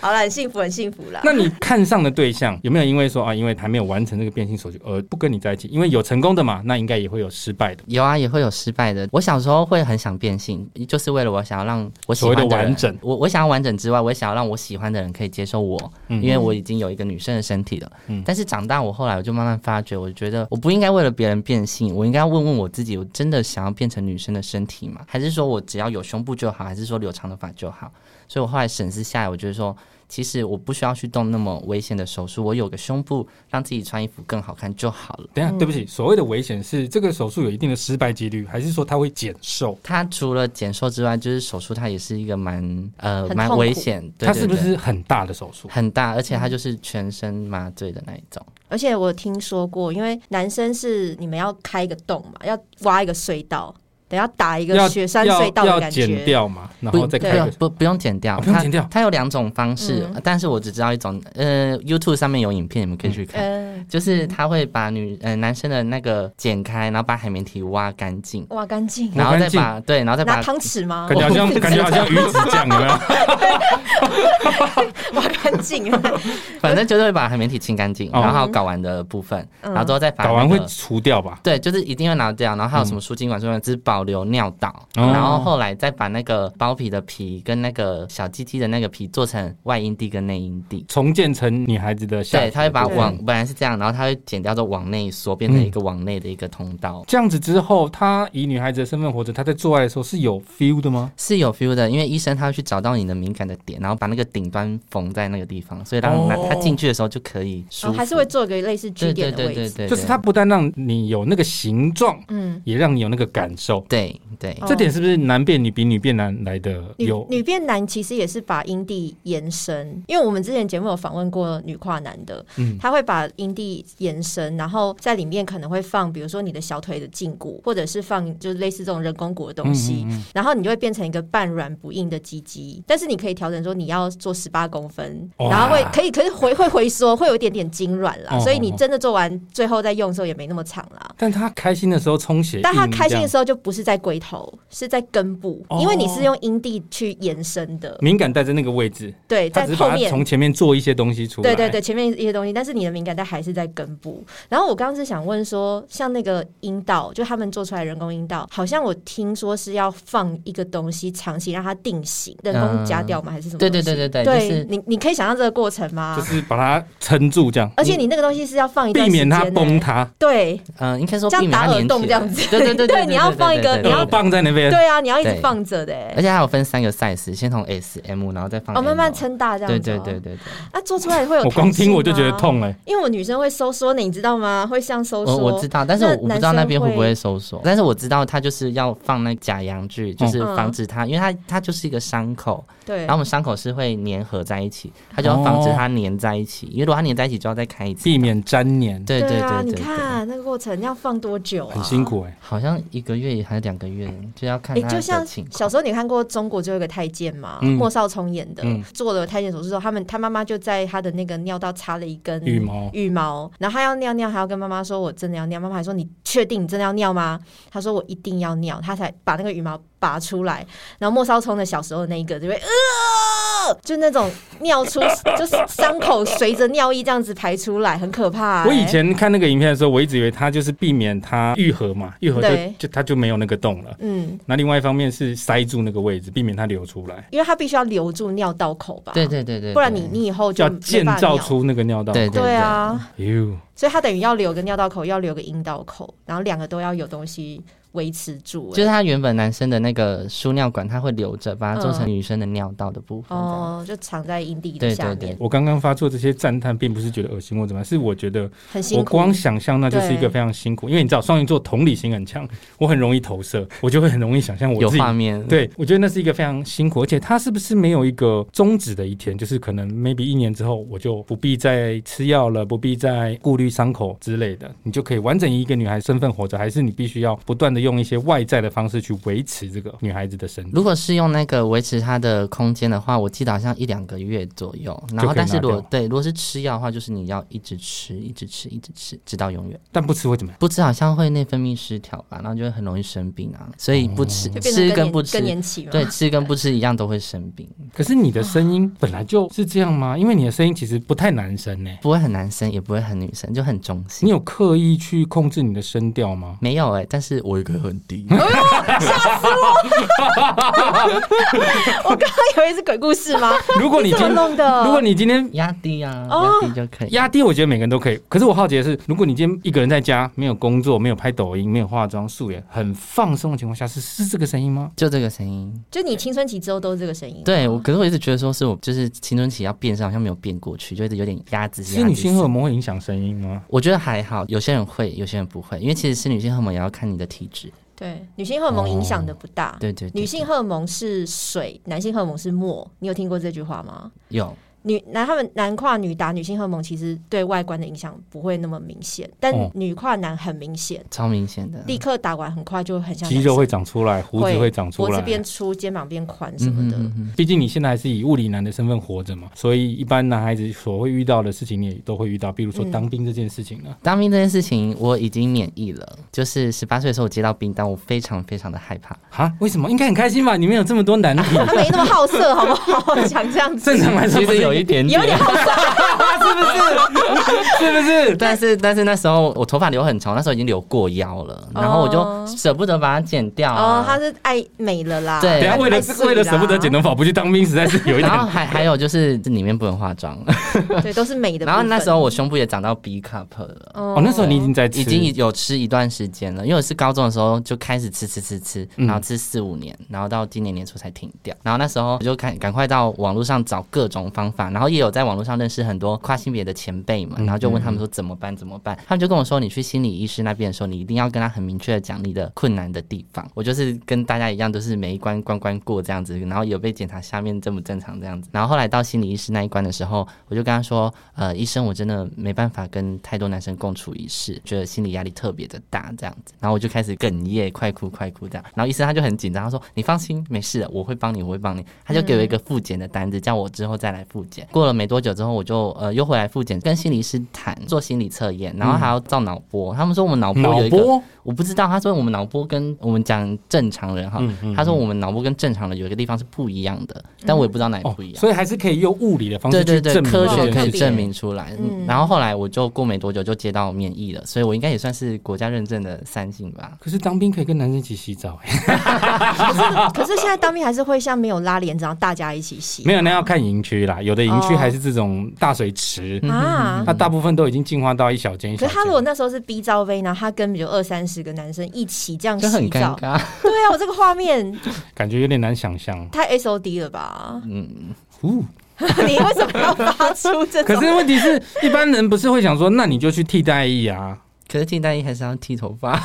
Speaker 3: 好了，很幸福，很幸福啦。
Speaker 2: 那你看上的对象有没有因为说啊，因为还没有完成这个变性手续而不跟你在一起？因为有成功的嘛，那应该也会有失败的，
Speaker 4: 有啊，也会有失败的。我小时候会很想变性，就是为了我想要让我喜
Speaker 2: 所
Speaker 4: 欢
Speaker 2: 谓的
Speaker 4: 人
Speaker 2: 完整。
Speaker 4: 我我想要完整之外，我也想要让我喜欢的人可以接受我，
Speaker 2: 嗯
Speaker 4: 因为我已经有一个女生的身体了。
Speaker 2: 嗯
Speaker 4: 但是长大，我后来我就慢慢发觉，我觉得我不应该为了别人变性，我应该问问我自己，我真的想要变成女生的身体吗？还是说我只要有胸部就好？还是说留长头发就好？所以我后来审视下来，我觉得说，其实我不需要去动那么危险的手术，我有个胸部，让自己穿衣服更好看就好了。
Speaker 2: 等一下，对不起，所谓的危险是这个手术有一定的失败几率，还是说它会减寿？
Speaker 4: 它除了减寿之外，就是手术，它也是一个蛮呃
Speaker 3: 很
Speaker 4: 蛮
Speaker 3: 痛苦
Speaker 4: 危险，对
Speaker 2: 它是不？
Speaker 4: 对对
Speaker 2: 是很大的手术？
Speaker 4: 很大，而且它就是全身麻醉的那一种，
Speaker 3: 而且我听说过，因为男生是你们要开一个洞嘛，要挖一个隧道，等下打一
Speaker 2: 要
Speaker 3: 个雪山
Speaker 2: 要
Speaker 3: 隧道
Speaker 2: 要
Speaker 3: 的感
Speaker 2: 剪
Speaker 3: 觉。
Speaker 2: 掉嘛，然
Speaker 4: 不
Speaker 2: 后再
Speaker 4: 不
Speaker 2: 开
Speaker 4: 用
Speaker 2: 个。
Speaker 4: 不不用剪掉，
Speaker 2: 哦不用剪掉
Speaker 4: 它它有两种方式
Speaker 3: 嗯，
Speaker 4: 但是我只知道一种，呃，YouTube 上面有影片，你们可以去看，
Speaker 3: 嗯，
Speaker 4: 就是他会把女呃男生的那个剪开，然后把海绵体挖干净，
Speaker 3: 挖干净，
Speaker 4: 然后再
Speaker 2: 嗯干净
Speaker 4: 把对，然后再
Speaker 3: 拿
Speaker 4: 把
Speaker 3: 汤匙吗？
Speaker 2: 感觉好像感觉好像鱼子酱，有没有？
Speaker 3: 挖干 净，
Speaker 4: 反正就是会把海绵体清干净，
Speaker 2: 哦
Speaker 4: 然后还有睾丸的部分，
Speaker 3: 嗯
Speaker 4: 然后之后再把
Speaker 2: 搞完
Speaker 4: 那
Speaker 2: 会
Speaker 4: 个
Speaker 2: 除掉吧？
Speaker 4: 对，就是一定会拿掉，然后还有什么输精管、输精管只保留尿道，
Speaker 2: 嗯哦
Speaker 4: 然后后来再把那个包皮的皮跟那个小鸡鸡的那个皮做成外阴蒂跟内阴蒂。
Speaker 2: 重建成女孩子的下体的部分。
Speaker 4: 对，它会把
Speaker 3: 对
Speaker 4: 往本来是这样，然后它会剪掉，之后往内缩，变
Speaker 2: 嗯
Speaker 4: 成一个往内的一个通道。
Speaker 2: 这样子之后，她以女孩子的身份活着，她在做爱的时候是有 feel 的吗？
Speaker 4: 是有 feel 的，因为医生他会去找到你的敏感的点，然后把那个顶端缝在那个地方，所以让它、
Speaker 2: 哦
Speaker 4: 它进去的时候就可以舒
Speaker 3: 然后
Speaker 4: 服。
Speaker 3: 还是会做一个类似据
Speaker 4: 对
Speaker 3: 点
Speaker 4: 对
Speaker 3: 的位
Speaker 4: 对对
Speaker 3: 置。
Speaker 4: 对，
Speaker 2: 就是
Speaker 4: 对
Speaker 2: 它不但让你有那个形状，
Speaker 3: 嗯，
Speaker 2: 也让你有那个感受。
Speaker 4: 对对
Speaker 3: 哦
Speaker 2: 这点是不是男变女比女变男来的
Speaker 3: 女
Speaker 2: 有？
Speaker 3: 女变男其实也是把阴蒂延伸，因为我们之前节目有访问过女跨男的，
Speaker 2: 嗯
Speaker 3: 他会把阴蒂延伸，然后在里面可能会放，比如说你的小腿的胫骨，或者是放就是类似这种人工骨的东
Speaker 2: 嗯
Speaker 3: 西，然后你就会变成一个半软不硬的鸡鸡，但是你可以调整说你要做十八公分，
Speaker 2: 哇
Speaker 3: 然后会可以可是回会回缩，会有一点点痉挛啦，
Speaker 2: 哦
Speaker 3: 所以你真的做完最后再用的时候也没那么长啦。
Speaker 2: 但他开心的时候充血，
Speaker 3: 但他开心的
Speaker 2: 时
Speaker 3: 时候就不是在龟头，是在根部，
Speaker 2: 哦
Speaker 3: 因为你是用阴蒂去延伸的
Speaker 4: 嗯
Speaker 2: 候，敏感带在那个位置，
Speaker 3: 对，
Speaker 2: 他
Speaker 3: 在
Speaker 2: 只是
Speaker 3: 后
Speaker 2: 把它
Speaker 3: 面
Speaker 2: 从前面做一些东西出来。
Speaker 3: 对对对，前面一些东西，但是你的敏感带还是在根部。然后我刚刚是想问说，像那个阴道，就他们做出来人工阴道，好像我听说是要放一个东西长期让它定型，人工夹掉吗？还是什么
Speaker 4: 对
Speaker 3: 东
Speaker 4: 对
Speaker 3: 西？
Speaker 4: 对对对，
Speaker 3: 对
Speaker 4: 就是
Speaker 3: 你你可以想象这个过程吗？
Speaker 2: 就是把它撑住这样，
Speaker 3: 啊而且你那个东西是要放一段
Speaker 2: 避
Speaker 3: 时间、
Speaker 2: 免它
Speaker 3: 欸，
Speaker 2: 崩塌，
Speaker 3: 对，
Speaker 4: 嗯、应该说
Speaker 3: 这样
Speaker 4: 避免它
Speaker 3: 打耳
Speaker 4: 粘
Speaker 3: 洞
Speaker 4: 起
Speaker 3: 这样
Speaker 4: 来
Speaker 3: 子
Speaker 4: 对对对
Speaker 3: 对你要放一个
Speaker 4: 对对
Speaker 3: 你要欸
Speaker 2: 耳棒呃在那边。
Speaker 3: 对啊，你要一直
Speaker 4: 对
Speaker 3: 放着的、欸
Speaker 4: 而，且还有分三个 size，先从 S、M，然后再放 M,
Speaker 3: 哦，慢慢撑大这样
Speaker 4: 对
Speaker 3: 子、
Speaker 4: 对
Speaker 3: 哦。
Speaker 4: 对对对，
Speaker 3: 啊，做出来会有
Speaker 2: 我光
Speaker 3: 弹性
Speaker 2: 听我就觉得
Speaker 3: 吗，
Speaker 2: 痛哎，
Speaker 3: 因为我女生会收缩的，你知道吗？会像收缩，
Speaker 4: 我我知道，但是我
Speaker 3: 那
Speaker 4: 我不知道那边
Speaker 3: 男生
Speaker 4: 会不会收缩，但是我知道它就是要放那假阳具，就是防止它，因为它它就是一个伤口，
Speaker 3: 嗯对
Speaker 4: 然后我们伤口是会粘合在一起，它就要防止它粘在一起，因为如果它粘在一起就要再开一次，
Speaker 2: 避免粘黏，
Speaker 4: 对对
Speaker 3: 啊，
Speaker 4: 对
Speaker 3: 你
Speaker 4: 对对，
Speaker 3: 看那个过程要放多久啊？
Speaker 2: 很辛。苦哎。
Speaker 4: 好像一个月还是两个月，就要看
Speaker 3: 哎、
Speaker 4: 它
Speaker 3: 就
Speaker 4: 的
Speaker 3: 像
Speaker 4: 情
Speaker 3: 小
Speaker 4: 况。
Speaker 3: 时候你看过中国就有一个太监嘛，
Speaker 2: 嗯
Speaker 3: 莫少聪演的，
Speaker 2: 嗯
Speaker 3: 做了太监手术之后，他们他妈妈就在他的那个尿道插了一根
Speaker 2: 羽毛
Speaker 3: 羽毛，然后他要尿尿，还要跟妈妈说：“我真的要尿。”妈妈还说：“你确定你真的要尿吗？”他说：“我一定要尿。”他才把那个羽毛拔出来。然后莫少聪的小时候那一个就会呃，就那种尿 出，就是伤口随着尿液这样子排出来，很可怕、欸。
Speaker 2: 我以前看那个影片的时候，我一直以为它就是避免它愈合嘛，愈合就
Speaker 3: 对
Speaker 2: 就它就没有那个洞了。
Speaker 3: 嗯，
Speaker 2: 那另外一方面是塞住那个位置，避免它流出来，
Speaker 3: 因为它必须要留住尿道口吧？
Speaker 4: 对对对对，
Speaker 3: 不然你
Speaker 4: 对
Speaker 3: 你以后就
Speaker 2: 叫
Speaker 3: 没
Speaker 2: 建
Speaker 3: 办法
Speaker 2: 造
Speaker 3: 尿
Speaker 2: 出那个尿道。哎
Speaker 4: 对对
Speaker 3: 对啊，
Speaker 2: 哟，
Speaker 3: 所以它等于要留个尿道口，要留个阴道口，然后两个都要有东西维持住、
Speaker 4: 就
Speaker 3: 欸。
Speaker 4: 是他原本男生的那个输尿管，他会留着，把它做成
Speaker 3: 嗯
Speaker 4: 女生的尿道的部分。哦，
Speaker 3: 哦，就藏在阴蒂的
Speaker 4: 对
Speaker 3: 下面，
Speaker 4: 对对
Speaker 2: 我刚刚发出这些赞叹，并不是觉得恶心或怎么样，是我觉得
Speaker 3: 很辛
Speaker 2: 我
Speaker 3: 苦。
Speaker 2: 光想象那就是一个
Speaker 3: 对
Speaker 2: 非常辛苦，因为你知道双鱼座同理心很强，我很容易投射，我就会很容易想象我
Speaker 4: 有
Speaker 2: 自己
Speaker 4: 画面，，
Speaker 2: 对，我觉得那是一个非常辛苦，而且他是不是没有一个终止的一天？就是可能 maybe 一年之后，我就不必再吃药了，不必再顾虑伤口之类的，你就可以完整一个女孩身份活着，还是你必须要不断的用一些外在的方式去维持这个女孩子的身体？
Speaker 4: 如果是用那个维持它的空间的话，我记得好像一两个月左右。然
Speaker 2: 就可
Speaker 4: 后，
Speaker 2: 以
Speaker 4: 但是
Speaker 2: 拿
Speaker 4: 如果
Speaker 2: 掉
Speaker 4: 对，如果是吃药的话，就是你要一直吃，一直吃，一直吃，直到永远。
Speaker 2: 但不吃会怎么样？
Speaker 4: 不吃好像会内分泌失调吧，然后就会很容易生病啊。所以不
Speaker 2: 哦
Speaker 4: 吃，
Speaker 3: 就变成
Speaker 4: 吃跟
Speaker 3: 更
Speaker 4: 不
Speaker 3: 年
Speaker 4: 吃
Speaker 3: 更，年期嘛，
Speaker 4: 对，吃跟不吃一样都会生病，
Speaker 2: 可是你的声音本来就是这样吗？因为你的声音其实不太男生呢、
Speaker 4: 不会很男生，也不会很女生，就很中性。
Speaker 2: 你有刻意去控制你的声调吗？
Speaker 4: 没有哎、但是我有一个很 低。
Speaker 3: 我刚刚 有一次鬼故事 吗？
Speaker 2: 如果你今
Speaker 3: 怎么弄的？
Speaker 2: 如果你今天
Speaker 4: 压低啊，
Speaker 3: 哦
Speaker 4: 压低就可以。
Speaker 2: 压低，我觉得每个人都可以。可是我好奇的是，如果你今天一个人在家，没有工作，没有拍抖音，没有化妆、素颜，很放松的情况下，是是这个声音吗？
Speaker 4: 就这个声音，
Speaker 3: 就你青春期之后都是这个声
Speaker 2: 哦
Speaker 3: 音，
Speaker 4: 对我，可是我一直觉得说是我就是青春期要变声，好像没有变过去，就一直有点压自己。
Speaker 2: 其实女性荷
Speaker 4: 后，
Speaker 2: 尔蒙会影响声音吗？
Speaker 4: 我觉得还好，有些人会，有些人不会，因为其实是女性荷尔蒙也要看你的体质。
Speaker 3: 对，女性荷尔蒙影响的不大。
Speaker 4: 对对对
Speaker 3: 女性荷尔蒙是水，男性荷尔蒙是墨。你有听过这句话吗？
Speaker 4: 有
Speaker 3: 女男他们男跨女打，女性荷尔蒙其实对外观的影响不会那么明显，但
Speaker 2: 哦
Speaker 3: 女跨男很明显，
Speaker 4: 超明显的，
Speaker 3: 立刻打完很快就很像
Speaker 2: 肌肉会长出来，胡子会长出
Speaker 3: 脖子
Speaker 2: 来。
Speaker 3: 变粗，肩膀变宽什么的。
Speaker 4: 嗯哼嗯哼
Speaker 2: 毕竟你现在还是以物理男的身份活着嘛，所以一般男孩子所会遇到的事情，你也都会遇到，比如说
Speaker 3: 嗯
Speaker 2: 当兵这件事情呢、啊
Speaker 4: 当兵这件事情我已经免疫了，就是十八岁的时候我接到兵单，我非常非常的害怕。
Speaker 2: 啊。为什么？应该很开心吧？你们有这么多 难题，
Speaker 3: 他没那么好色，好不好？ 讲这样 子
Speaker 2: 正常来说
Speaker 4: 其
Speaker 2: 不是
Speaker 4: 实 有一点
Speaker 3: 有
Speaker 4: 点
Speaker 3: 点，好色，
Speaker 2: 是 不是？
Speaker 4: 但是但是那时候我头发留很长，那时候已经留过腰了，然后我
Speaker 3: 哦
Speaker 4: 就舍不得把它剪掉啊。
Speaker 3: 哦，他是爱美了啦。
Speaker 4: 对
Speaker 2: 等一下为了
Speaker 3: 太碎
Speaker 2: 为了舍不得剪头发不去当兵，实在是有一点
Speaker 4: 然后还还有就是这里面不能化妆，
Speaker 3: 对，都是美的部分。
Speaker 4: 然后那时候我胸部也长到 B cup 了。
Speaker 2: 哦。那时候你已经在吃，
Speaker 4: 已经有吃一段时间了，因为我是高中的时候就开始吃吃吃吃，
Speaker 2: 嗯
Speaker 4: 然后吃四五年，然后到今年年初才停掉。然后那时候我就赶赶快到网络上找各种方法，然后也有在网络上认识很多跨性别的前辈们，
Speaker 2: 嗯
Speaker 4: 然后就问他们说怎么办怎么办，他们就跟我说你去心理医师那边的时候，你一定要跟他很明确的讲你的困难的地方。我就是跟大家一样，都是每一关关关过这样子，然后有被检查下面正不正常这样子。然后后来到心理医师那一关的时候，我就跟他说，呃，医生，我真的没办法跟太多男生共处一室，觉得心理压力特别的大这样子。然后我就开始哽咽，快哭快哭这样。然后医生他就很紧张，他说：“你放心，没事的，我会帮你，我会帮你。”他就给我一个
Speaker 2: 嗯
Speaker 4: 复检的单子，叫我之后再来复检。过了没多久之后，我就呃又回来复检，跟心理师谈做心理测验，然后还要照脑波。他们说我们脑
Speaker 2: 嗯
Speaker 4: 波
Speaker 2: 脑
Speaker 4: 有一个，
Speaker 2: 波
Speaker 4: 我不知道，他说我们脑波跟我们讲正常人哈，
Speaker 2: 嗯嗯
Speaker 4: 他说我们脑波跟正常人有一个地方是不一样的，但我也不知道哪里
Speaker 2: 哦
Speaker 4: 哎不一，样。
Speaker 2: 所以还是可以用物理的方式
Speaker 4: 对
Speaker 2: 去
Speaker 4: 对对，
Speaker 2: 证明
Speaker 4: 科
Speaker 2: 这
Speaker 4: 学
Speaker 2: 件
Speaker 4: 可
Speaker 3: 特
Speaker 4: 以
Speaker 2: 事情。
Speaker 3: 别
Speaker 4: 证明出来。
Speaker 3: 嗯
Speaker 4: 然后后来我就过没多久就接到免疫了，所以我应该也算是国家认证的三性吧。
Speaker 2: 可是当兵可以跟男生一起洗澡、欸，
Speaker 3: 啊可是现在当兵还是会像没有拉帘子，然后大家一起洗。
Speaker 2: 没有那要看营区啦，有的营区
Speaker 3: 哦
Speaker 2: 还是这种大水池，
Speaker 4: 嗯
Speaker 3: 啊。
Speaker 2: 那大部分都已经进化到一小间一小
Speaker 3: 可
Speaker 2: 间。
Speaker 3: 是他如果那时候是 B 罩杯，然后他跟比如二三十个男生一起这样
Speaker 4: 就很
Speaker 3: 洗
Speaker 4: 尴
Speaker 3: 澡，
Speaker 4: 尬，
Speaker 3: 对啊，我这个画面
Speaker 2: 感觉有点难想象。
Speaker 3: 太 S O D 了吧？
Speaker 4: 嗯，
Speaker 2: 呜
Speaker 3: 你为什么要发出这
Speaker 2: 可
Speaker 3: 种？
Speaker 2: 是问题是，一般人不是会想说，那你就去替代役啊？
Speaker 4: 可是替代役还是要剃头发。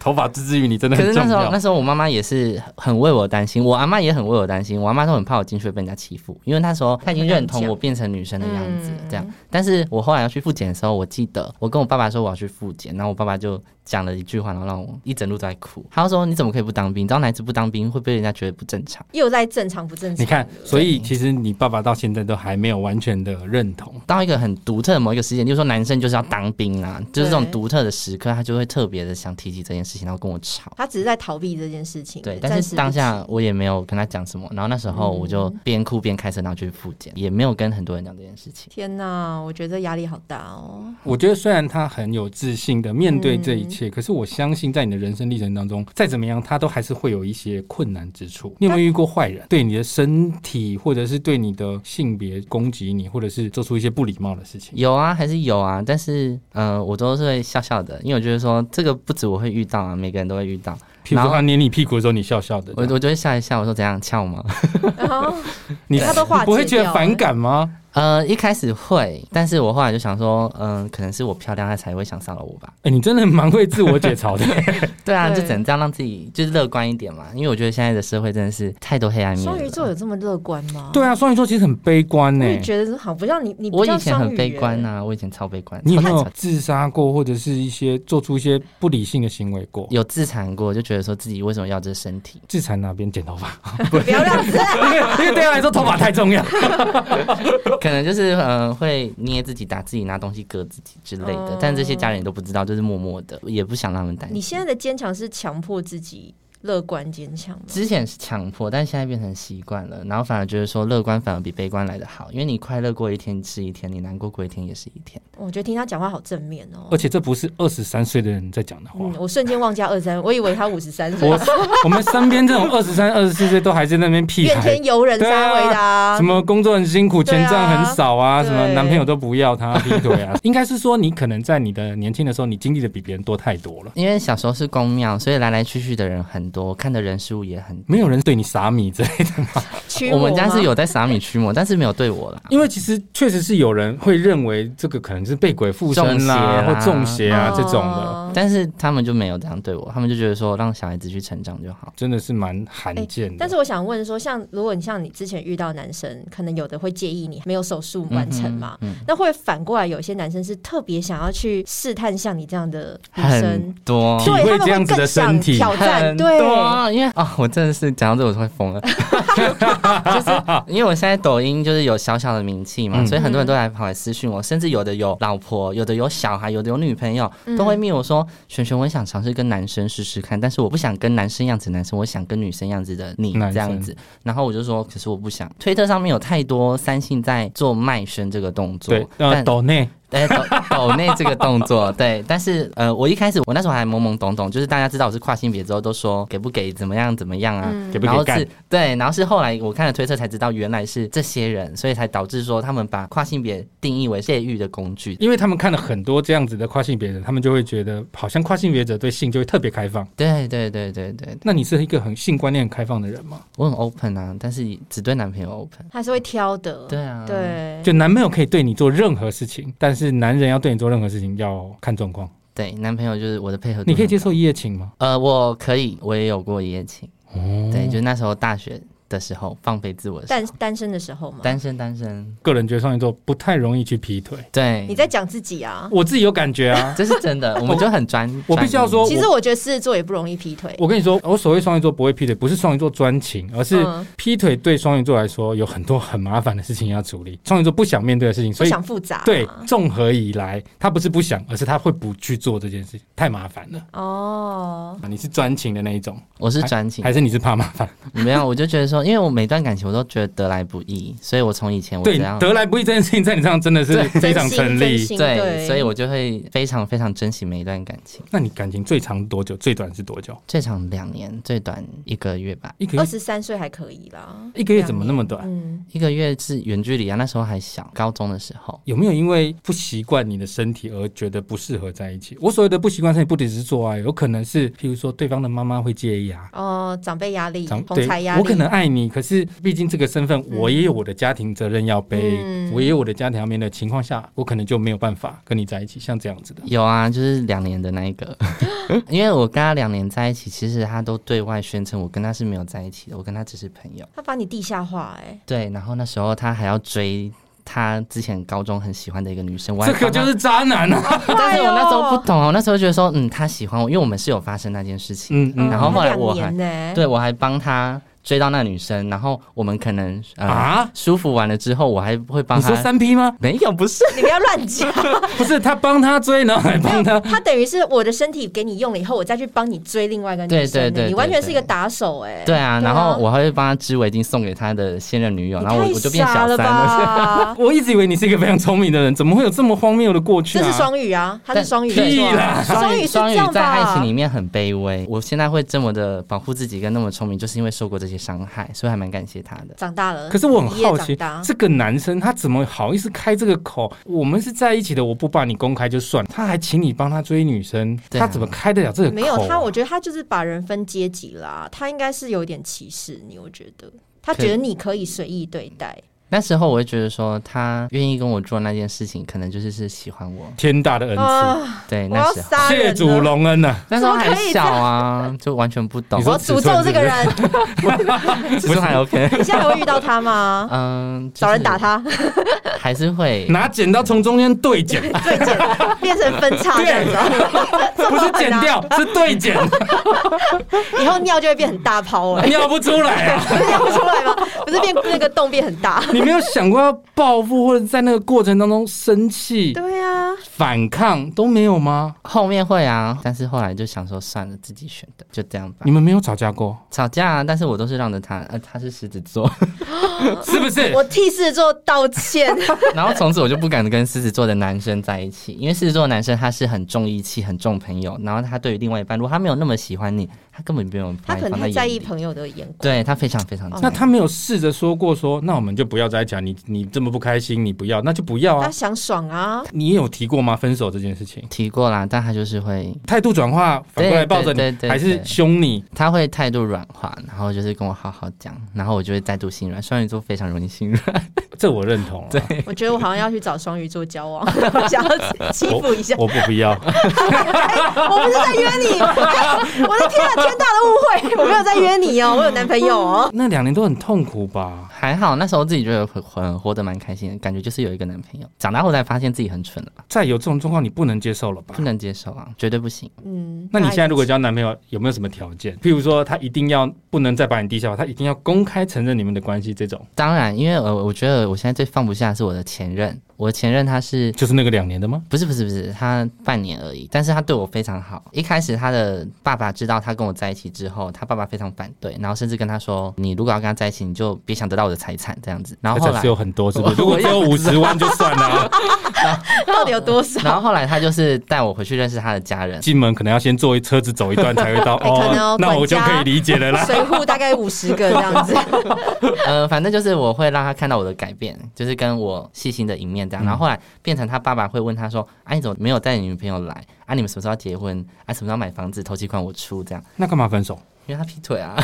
Speaker 2: 头发之之于你真的
Speaker 4: 可
Speaker 2: 很
Speaker 4: 是那
Speaker 2: 重
Speaker 4: 时候，那
Speaker 2: 要。
Speaker 4: 时候我妈妈也是很为我担心，我阿妈也很为我担心。我阿妈都很怕我进去会被人家欺负，因为那时候她已经认同我变成女生的样子
Speaker 3: 嗯
Speaker 4: 这样。但是我后来要去复检的时候，我记得我跟我爸爸说我要去复检，然后我爸爸就讲了一句话，然后让我一整路都在哭。他就说：“你怎么可以不当兵？你知道男子不当兵会被人家觉得不正常。
Speaker 3: 又在正常不正常了？
Speaker 2: 你看，所以其实你爸爸到现在都还没有完全的认同。
Speaker 4: 到一个很独特的某一个时间，就是说男生就是要当兵啊，就是这种
Speaker 3: 嗯对
Speaker 4: 独特的时刻，他就会特别的想提起这件事情，然后跟我吵。
Speaker 3: 他只是在逃避这件事情。
Speaker 4: 对，
Speaker 3: 暂
Speaker 4: 但
Speaker 3: 时
Speaker 4: 是
Speaker 3: 不
Speaker 4: 当下
Speaker 3: 提嗯
Speaker 4: 我也没有跟他讲什么，然后那时候我就边哭边开车，然后就去复检，也没有跟很多人讲这件事情。
Speaker 3: 天哪，我觉得压力好大哦。
Speaker 2: 我觉得虽然他很有自信的面对这
Speaker 3: 嗯
Speaker 2: 一切，可是我相信在你的人生历程当中，再怎么样，他都还是会有一些困难之处。你有没有遇过坏人对你的身体，或者是对你的性别攻击你，或者是做出一些不礼貌的事情？
Speaker 4: 有啊，还是有啊，但是呃，我都是会笑笑的，因为我觉得说这个不止我会遇到啊，每个人都会遇到。
Speaker 2: 譬如
Speaker 4: 然
Speaker 2: 说
Speaker 4: 后
Speaker 2: 他捏你屁股的时候，你笑笑的，
Speaker 4: 我我就会笑一笑，我说怎样翘 吗？
Speaker 3: 然 后
Speaker 2: 你
Speaker 3: 他都化解
Speaker 2: 你不会觉
Speaker 3: 掉
Speaker 2: 得
Speaker 3: 了
Speaker 2: 反感吗？
Speaker 4: 呃，一开始会，但是我后来就想说，嗯、可能是我漂亮，他才会想骚扰我吧。
Speaker 2: 哎、你真的蛮会自我解 嘲的。
Speaker 4: 对啊，
Speaker 3: 对
Speaker 4: 就只能这样让自己就是乐观一点嘛，因为我觉得现在的社会真的是太多黑暗面了。
Speaker 3: 双鱼座有这么乐观吗？
Speaker 2: 对啊，双鱼座其实很悲观
Speaker 3: 我
Speaker 2: 呢、
Speaker 3: 也觉得好不像你，你不
Speaker 4: 我
Speaker 3: 像
Speaker 4: 以前
Speaker 3: 双
Speaker 4: 很
Speaker 3: 鱼
Speaker 4: 悲
Speaker 3: 耶
Speaker 4: 观啊呐、我以前超悲观。
Speaker 2: 你有没
Speaker 4: 超
Speaker 2: 有
Speaker 4: 悲观
Speaker 2: 自杀过，或者是一些做出一些不理性的行为过？
Speaker 4: 有自残过？就觉得说自己为什么要这身 体？
Speaker 2: 自残哪边剪头发？
Speaker 3: 不要这样子。
Speaker 2: 因为因为对他来说头发太重要。
Speaker 4: 可能就是呃会捏自己、打自己、拿东西割自己之类的，
Speaker 3: 哦
Speaker 4: 但这些家人也都不知道，就是默默的，也不想让他们担心。
Speaker 3: 你现在的坚强是强迫自己乐观坚强吗？
Speaker 4: 之前是强迫，但现在变成习惯了，然后反而觉得说乐观反而比悲观来的好，因为你快乐过一天是一天，你难过过一天也是一天。
Speaker 3: 我觉得听他讲话好正面哦
Speaker 2: 而。且这不是二十三岁的人在讲的话。
Speaker 3: 嗯，我瞬间忘记二三，我以为他五十三岁
Speaker 2: 我， 我们身边这种二十三、二十四岁都还在那边屁
Speaker 3: 怨
Speaker 2: 孩
Speaker 3: 天，尤人三位的啊
Speaker 2: 什。么工作很辛苦，
Speaker 3: 对啊
Speaker 2: 钱赚很少啊，
Speaker 3: 对
Speaker 2: 什么男朋友都不要他， 劈腿啊。应该是说你可能在你的年轻的时候，你经历的比别人多太多了。
Speaker 4: 因为小时候是公庙，所以来来去去的人很多，看的人数也很多。
Speaker 2: 没有人对你撒米之类的，
Speaker 3: 驱
Speaker 4: 我
Speaker 3: 魔
Speaker 4: 们家
Speaker 3: 吗
Speaker 4: 是有在撒米驱魔，但是没有对我啦。
Speaker 2: 因为其实确实是有人会认为这个可能是被鬼附身啦，
Speaker 4: 中邪啦
Speaker 2: 或中邪啊这种的，
Speaker 3: 哦
Speaker 4: 但是他们就没有这样对我，他们就觉得说让小孩子去成长就好。
Speaker 2: 真的是蛮罕见的
Speaker 3: 哎但。是我想问说，像如果你像你之前遇到男生，可能有的会介意你没有手术完成嘛，
Speaker 2: 嗯
Speaker 3: 那会反过来有些男生是特别想要去试探像你这样的女
Speaker 4: 很
Speaker 3: 生，
Speaker 4: 多，
Speaker 2: 体
Speaker 3: 对
Speaker 2: 会
Speaker 3: 他们
Speaker 2: 这样
Speaker 3: 会
Speaker 2: 子的
Speaker 3: 更想
Speaker 2: 身体
Speaker 3: 挑战，
Speaker 4: 很
Speaker 3: 对，
Speaker 4: 多，因为啊、我真的是讲到这我就会疯了， 就是因为我现在抖音就是有小小的名气嘛，
Speaker 2: 嗯
Speaker 4: 所以很多人都来跑来私讯我，甚至有的有老婆，有的有小孩，有的有女朋友，
Speaker 3: 嗯
Speaker 4: 都会密我说，璇璇，我想尝试跟男生试试看，但是我不想跟男生样子的男生，我想跟女生样子的你
Speaker 2: 男生
Speaker 4: 这样子，然后我就说，可是我不想。推特上面有太多三性在做卖身这个动作
Speaker 2: 对，，呃，
Speaker 4: 但
Speaker 2: 抖内
Speaker 4: 哎，抖抖内这个动作， 对，但是呃，我一开始我那时候还懵懵懂懂，就是大家知道我是跨性别之后，都说给不给怎么样怎么样啊，
Speaker 3: 嗯
Speaker 2: 给不
Speaker 4: 然
Speaker 2: 给
Speaker 4: 后
Speaker 2: 干
Speaker 4: 是？对，然后是后来我看了推测才知道，原来是这些人，所以才导致说他们把跨性别定义为泄欲的工具。
Speaker 2: 因为他们看了很多这样子的跨性别人，他们就会觉得好像跨性别者对性就会特别开放。
Speaker 4: 对对对对对，
Speaker 2: 那你是一个很性观念很开放的人吗？
Speaker 4: 我很 open 啊，但是只对男朋友 open。
Speaker 3: 他还是会挑的，
Speaker 4: 对啊，
Speaker 3: 对，
Speaker 2: 就男朋友可以对你做任何事情，但是男人要对你做任何事情要看状况。
Speaker 4: 对，男朋友就是我的配合。
Speaker 2: 你可以接？受一夜情吗？
Speaker 4: 呃，我可以，我也有过一夜情。
Speaker 2: 哦
Speaker 4: 对，就是那时候大学的时候放飞自我的时候，
Speaker 3: 单单身的时候嘛，
Speaker 4: 单身单身。
Speaker 2: 个人觉得双鱼座不太容易去劈腿，
Speaker 4: 对，
Speaker 3: 你在讲自己啊。
Speaker 2: 我自己有感觉啊。
Speaker 4: 这是真的，我们就很专。
Speaker 2: 我必须要说
Speaker 4: 专一
Speaker 3: 其实我觉得狮子座也不容易劈腿，
Speaker 2: 我跟你说，我所谓双鱼座不会劈腿，不是双鱼座专情，而是
Speaker 3: 嗯
Speaker 2: 劈腿对双鱼座来说有很多很麻烦的事情要处理，双鱼座不想面对的事情，
Speaker 3: 不
Speaker 2: 所以
Speaker 3: 想复杂，啊
Speaker 2: 对综合以来，他不是不想，而是他会不去做这件事情，太麻烦了。
Speaker 3: 哦，
Speaker 2: 你是专情的那一种，
Speaker 4: 我是专情
Speaker 2: 还，是你是怕麻烦？
Speaker 4: 没有，我就觉得说，因为我每段感情我都觉得得来不易，所以我从以前我只
Speaker 2: 对
Speaker 4: 要，
Speaker 2: 得来不易这件事情在你身上真的是
Speaker 4: 对
Speaker 2: 非常
Speaker 3: 真心
Speaker 2: 成
Speaker 3: 真
Speaker 2: 立。
Speaker 3: 心对，
Speaker 4: 对，所以我就会非常非常珍惜每一段感情。
Speaker 2: 那你感情最长多久？最短是多久？
Speaker 4: 最长两年，最短一个月吧。
Speaker 2: 一个
Speaker 3: 二
Speaker 2: 月？
Speaker 3: 十三岁还可以啦，
Speaker 2: 嗯一个月怎么那么短？
Speaker 3: 嗯，
Speaker 4: 一个月是远距离啊，那时候还小，高中的时候。
Speaker 2: 有没有因为不习惯你的身体而觉得不适合在一起？我所谓的不习惯身体，不只是做爱，有可能是譬如说对方的妈妈会介意啊。
Speaker 3: 哦，长辈压力、
Speaker 2: 长
Speaker 3: 同才压力，
Speaker 2: 我可能爱你，可是毕竟这个身份，我也有我的家庭责任要背，
Speaker 3: 嗯
Speaker 2: 我也有我的家庭要面对的情况下，我可能就没有办法跟你在一起，像这样子的。
Speaker 4: 有啊，就是两年的那一个， 因为我跟他两年在一起，其实他都对外宣称我跟他是没有在一起的，我跟他只是朋友。
Speaker 3: 他把你地下化、哎，
Speaker 4: 对，然后那时候他还要追他之前高中很喜欢的一个女生，我还
Speaker 2: 这个
Speaker 4: 帮他
Speaker 2: 就是渣男啊！
Speaker 4: 但是我那时
Speaker 3: 哎
Speaker 4: 候不懂，我那时候觉得说，嗯，他喜欢我，因为我们是有发生那件事情，
Speaker 2: 嗯嗯
Speaker 4: 然后后来我还
Speaker 3: 两年呢，
Speaker 4: 对我还帮他追到那女生，然后我们可能呃、
Speaker 2: 啊
Speaker 4: 舒服完了之后，我还会帮
Speaker 2: 你
Speaker 4: 他
Speaker 2: 说三 P 吗？
Speaker 4: 没有不是，
Speaker 3: 你不要乱讲。
Speaker 2: 不是，他帮他追，然后还帮他。
Speaker 3: 他等于是我的身体给你用了以后，我再去帮你追另外一个女生、哎
Speaker 4: 对对对对
Speaker 3: 你完全是一个打手哎、
Speaker 4: 对
Speaker 3: 对
Speaker 4: 啊，
Speaker 3: 啊
Speaker 4: 然后我还会帮他织围巾送给他的现任女友，
Speaker 3: 你
Speaker 4: 然后我
Speaker 3: 太
Speaker 4: 我就变
Speaker 3: 傻
Speaker 4: 小
Speaker 3: 了
Speaker 4: 三 了。
Speaker 3: 吧？
Speaker 2: 我一直以为你是一个非常聪明的人，怎么会有这么荒谬的过去
Speaker 3: 这
Speaker 2: 啊？
Speaker 3: 是双语啊，他是
Speaker 4: 但
Speaker 3: 双语，
Speaker 2: 屁啦
Speaker 3: 啊双
Speaker 4: 鱼
Speaker 3: 语是
Speaker 4: 双
Speaker 3: 这
Speaker 4: 鱼
Speaker 3: 样
Speaker 4: 在
Speaker 3: 吧？
Speaker 4: 爱情里面很卑微，我现在会这么的保护自己跟那么聪明，就是因为受过这些伤害，所以还蛮感谢他的。
Speaker 3: 长大了，
Speaker 2: 可是我很好
Speaker 3: 一夜
Speaker 2: 奇
Speaker 3: 长，大
Speaker 2: 这个啊男生他怎么好意思开这个口？我们是在一起的，我不把你公开就算，他还请你帮他追女生，
Speaker 4: 对啊
Speaker 2: 他怎么开得了这个口啊？
Speaker 3: 没有他，我觉得他就是把人分阶级啦，他应该是有点歧视你，我觉得他觉得你可以随意对待，
Speaker 4: 那时候我会觉得说，他愿意跟我做那件事情，可能就是是喜欢我。
Speaker 2: 天大的恩赐，
Speaker 3: 啊，
Speaker 4: 对，
Speaker 3: 我
Speaker 4: 那
Speaker 3: 要
Speaker 4: 时候
Speaker 3: 杀人
Speaker 2: 谢
Speaker 3: 了
Speaker 2: 主隆恩啊呐！
Speaker 4: 那时候
Speaker 3: 怎么
Speaker 4: 还
Speaker 3: 可以这
Speaker 4: 小
Speaker 3: 样
Speaker 4: 啊，就完全不懂
Speaker 2: 你。
Speaker 3: 我
Speaker 2: 说
Speaker 3: 要诅咒这个人，
Speaker 4: 不是还 OK？
Speaker 3: 你现在会遇到他吗？
Speaker 4: 嗯，就是
Speaker 3: 找人打他，
Speaker 4: 还是会。
Speaker 2: 拿剪刀从中间对 剪，
Speaker 3: 最简变成分叉这样子啊，
Speaker 2: 不是剪掉， 是对剪，
Speaker 3: 以后尿就会变很大泡了，
Speaker 2: 尿不出来啊！
Speaker 3: 尿不出来吗？不是变那个洞变很大？
Speaker 2: 你没有想过要报复，或者在那个过程当中生气、
Speaker 3: 对啊，
Speaker 2: 反抗都没有吗？
Speaker 4: 后面会啊，但是后来就想说算了，自己选的，就这样吧
Speaker 2: 你。们没有吵架过，
Speaker 4: 吵架、啊，但是我都是让着他，呃，他是狮子座，
Speaker 2: 是不是？
Speaker 3: 我替狮子座道 歉。
Speaker 4: 然后从此我就不敢跟狮子座的男生在一起，因为狮子座的男生他是很重义气、很重朋友，然后他对于另外一半，如果他没有那么喜欢你，他根本不用
Speaker 3: 他
Speaker 4: 把你
Speaker 3: 可能
Speaker 4: 放在
Speaker 3: 太在
Speaker 4: 眼
Speaker 3: 意
Speaker 4: 里。
Speaker 3: 朋友的眼
Speaker 2: 哎
Speaker 3: 光。
Speaker 4: 对他非常非常在意
Speaker 2: 那他没有试着说过说，那我们就不要在一起啊！你你这么不开心，你不要，那就不要
Speaker 3: 他
Speaker 2: 啊！
Speaker 3: 想爽啊，
Speaker 2: 你有提过吗？分手这件事情，
Speaker 4: 提过啦，但他就是会，
Speaker 2: 态度转化，反过来抱着
Speaker 4: 对
Speaker 2: 你
Speaker 4: 对，对
Speaker 2: 还是凶你？
Speaker 4: 他会态度软化，然后就是跟我好好讲，然后我就会再度心软。双鱼座非常容易心软，
Speaker 2: 这我认同了。啊
Speaker 3: 我觉得我好像要去找双鱼座交往， 我想要欺负一下。
Speaker 2: 我不不 要，
Speaker 3: 我不是在约你，我的天啊，天大的误会，我没有在约你哦，我有男朋友哦。
Speaker 2: 那两年都很痛苦吧？
Speaker 4: 还好那时候自己觉得很很活得蛮开心的，感觉就是有一个男朋友。长大后才发现自己很蠢了，
Speaker 2: 再有这种状况，你不能接受了吧
Speaker 4: 不？能接受啊，绝对不行。
Speaker 3: 嗯，
Speaker 2: 那你现在如果交男朋友，有没有什么条件？譬如说，他一定要不能再把你低下，他一定要公开承认你们的关系，这种
Speaker 4: 当然，因为呃，我觉得我现在最放不下的是我的前任，我的前任他是
Speaker 2: 就是那个两年的吗？
Speaker 4: 不是不是不是，他半年而已，但是他对我非常好。一开始他的爸爸知道他跟我在一起之后，他爸爸非常反对，然后甚至跟他说：“你如果要跟他在一起，你就别想得到我的财产这样子。”然后后
Speaker 2: 而且
Speaker 4: 来
Speaker 2: 是，有很多，是不是？如
Speaker 4: 我
Speaker 2: 果只有五十万就算了啊，
Speaker 3: 到底有多少？
Speaker 4: 然后后来他就是带我回去认识他的家人。
Speaker 2: 进门可能要先坐一车子走一段才会到。
Speaker 3: 哎可能哦
Speaker 2: 那我
Speaker 3: 管
Speaker 2: 就
Speaker 3: 家
Speaker 2: 可以理解了 啦。
Speaker 3: 水户大概五十个这样子，
Speaker 4: 呃，反正就是我会让他看到我的改变，就是跟我细心的一面
Speaker 2: 嗯
Speaker 4: 这样。然后后来变成他爸爸会问他说：“啊，你怎么没有带你女朋友来？啊，你们什么时候要结婚？啊，什么时候买房子？头期款我出这样。”
Speaker 2: 那干嘛分手？
Speaker 4: 因为他劈腿啊，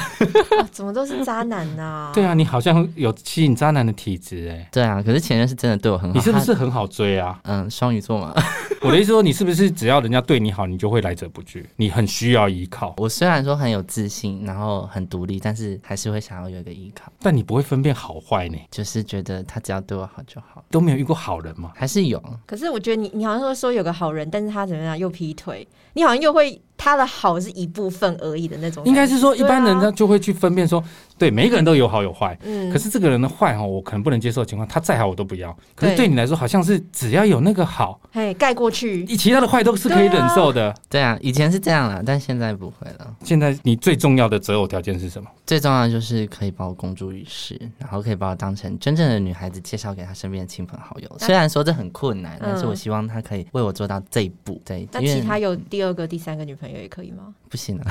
Speaker 3: 怎么都是渣男呐、
Speaker 2: 对，啊，你好像有吸引渣男的体质哎、
Speaker 4: 对啊，可是前任是真的对我很好。
Speaker 2: 你是不
Speaker 4: 他？
Speaker 2: 是很好追啊？
Speaker 4: 嗯，双鱼座嘛。
Speaker 2: 我的意思说，你是不是只要人家对你好，你就会来者不拒？你很需要依靠，
Speaker 4: 我虽然说很有自信，然后很独立，但是还是会想要有一个依靠，
Speaker 2: 但你不会分辨好坏呢？
Speaker 4: 就是觉得他只要对我好就好，
Speaker 2: 都没有遇过好人嘛？
Speaker 4: 还是有。
Speaker 3: 可是我觉得你，你好像说有个好人，但是他怎么样又劈腿，你好像又会他的好是一部分而已的那种感觉。
Speaker 2: 应该是说，一般人
Speaker 3: 对
Speaker 2: 他
Speaker 3: 啊
Speaker 2: 就会去分辨说，对每一个人都有好有坏。
Speaker 3: 嗯
Speaker 2: 可是这个人的坏哈，我可能不能接受的情况，他再好我都不要。可是
Speaker 3: 对
Speaker 2: 对你来说，好像是只要有那个好，
Speaker 3: 嘿盖过去，
Speaker 2: 你其他的坏都是可以忍受的。
Speaker 4: 对啊，以前是这样啦，但现在不会了。
Speaker 2: 现在你最重要的择偶条件是什么？
Speaker 4: 最重要的就是可以把我公诸于世，然后可以把我当成真正的女孩子介绍给他身边的亲朋好友。虽然说这很困难，但是我希望他可以为我做到这一步。对，
Speaker 3: 嗯那
Speaker 4: 因
Speaker 3: 其
Speaker 4: 为
Speaker 3: 他有第二个、第三个女朋友也可以吗？
Speaker 4: 不行啊，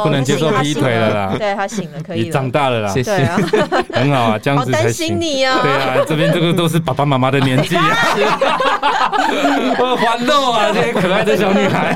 Speaker 2: 不能接受
Speaker 3: 他
Speaker 2: 劈
Speaker 3: 醒
Speaker 2: 腿了啦
Speaker 3: 对他醒了，可以
Speaker 2: 你
Speaker 3: 了。
Speaker 2: 长大了啦，
Speaker 4: 谢
Speaker 3: 对
Speaker 4: 谢。
Speaker 3: 啊，
Speaker 2: 很好啊，这样
Speaker 3: 好
Speaker 2: 子
Speaker 3: 担
Speaker 2: 才
Speaker 3: 心
Speaker 2: 行。
Speaker 3: 你啊！
Speaker 2: 对啊，这边这个都是爸爸妈妈的年纪啊。我欢乐啊，这些可爱的小女 孩。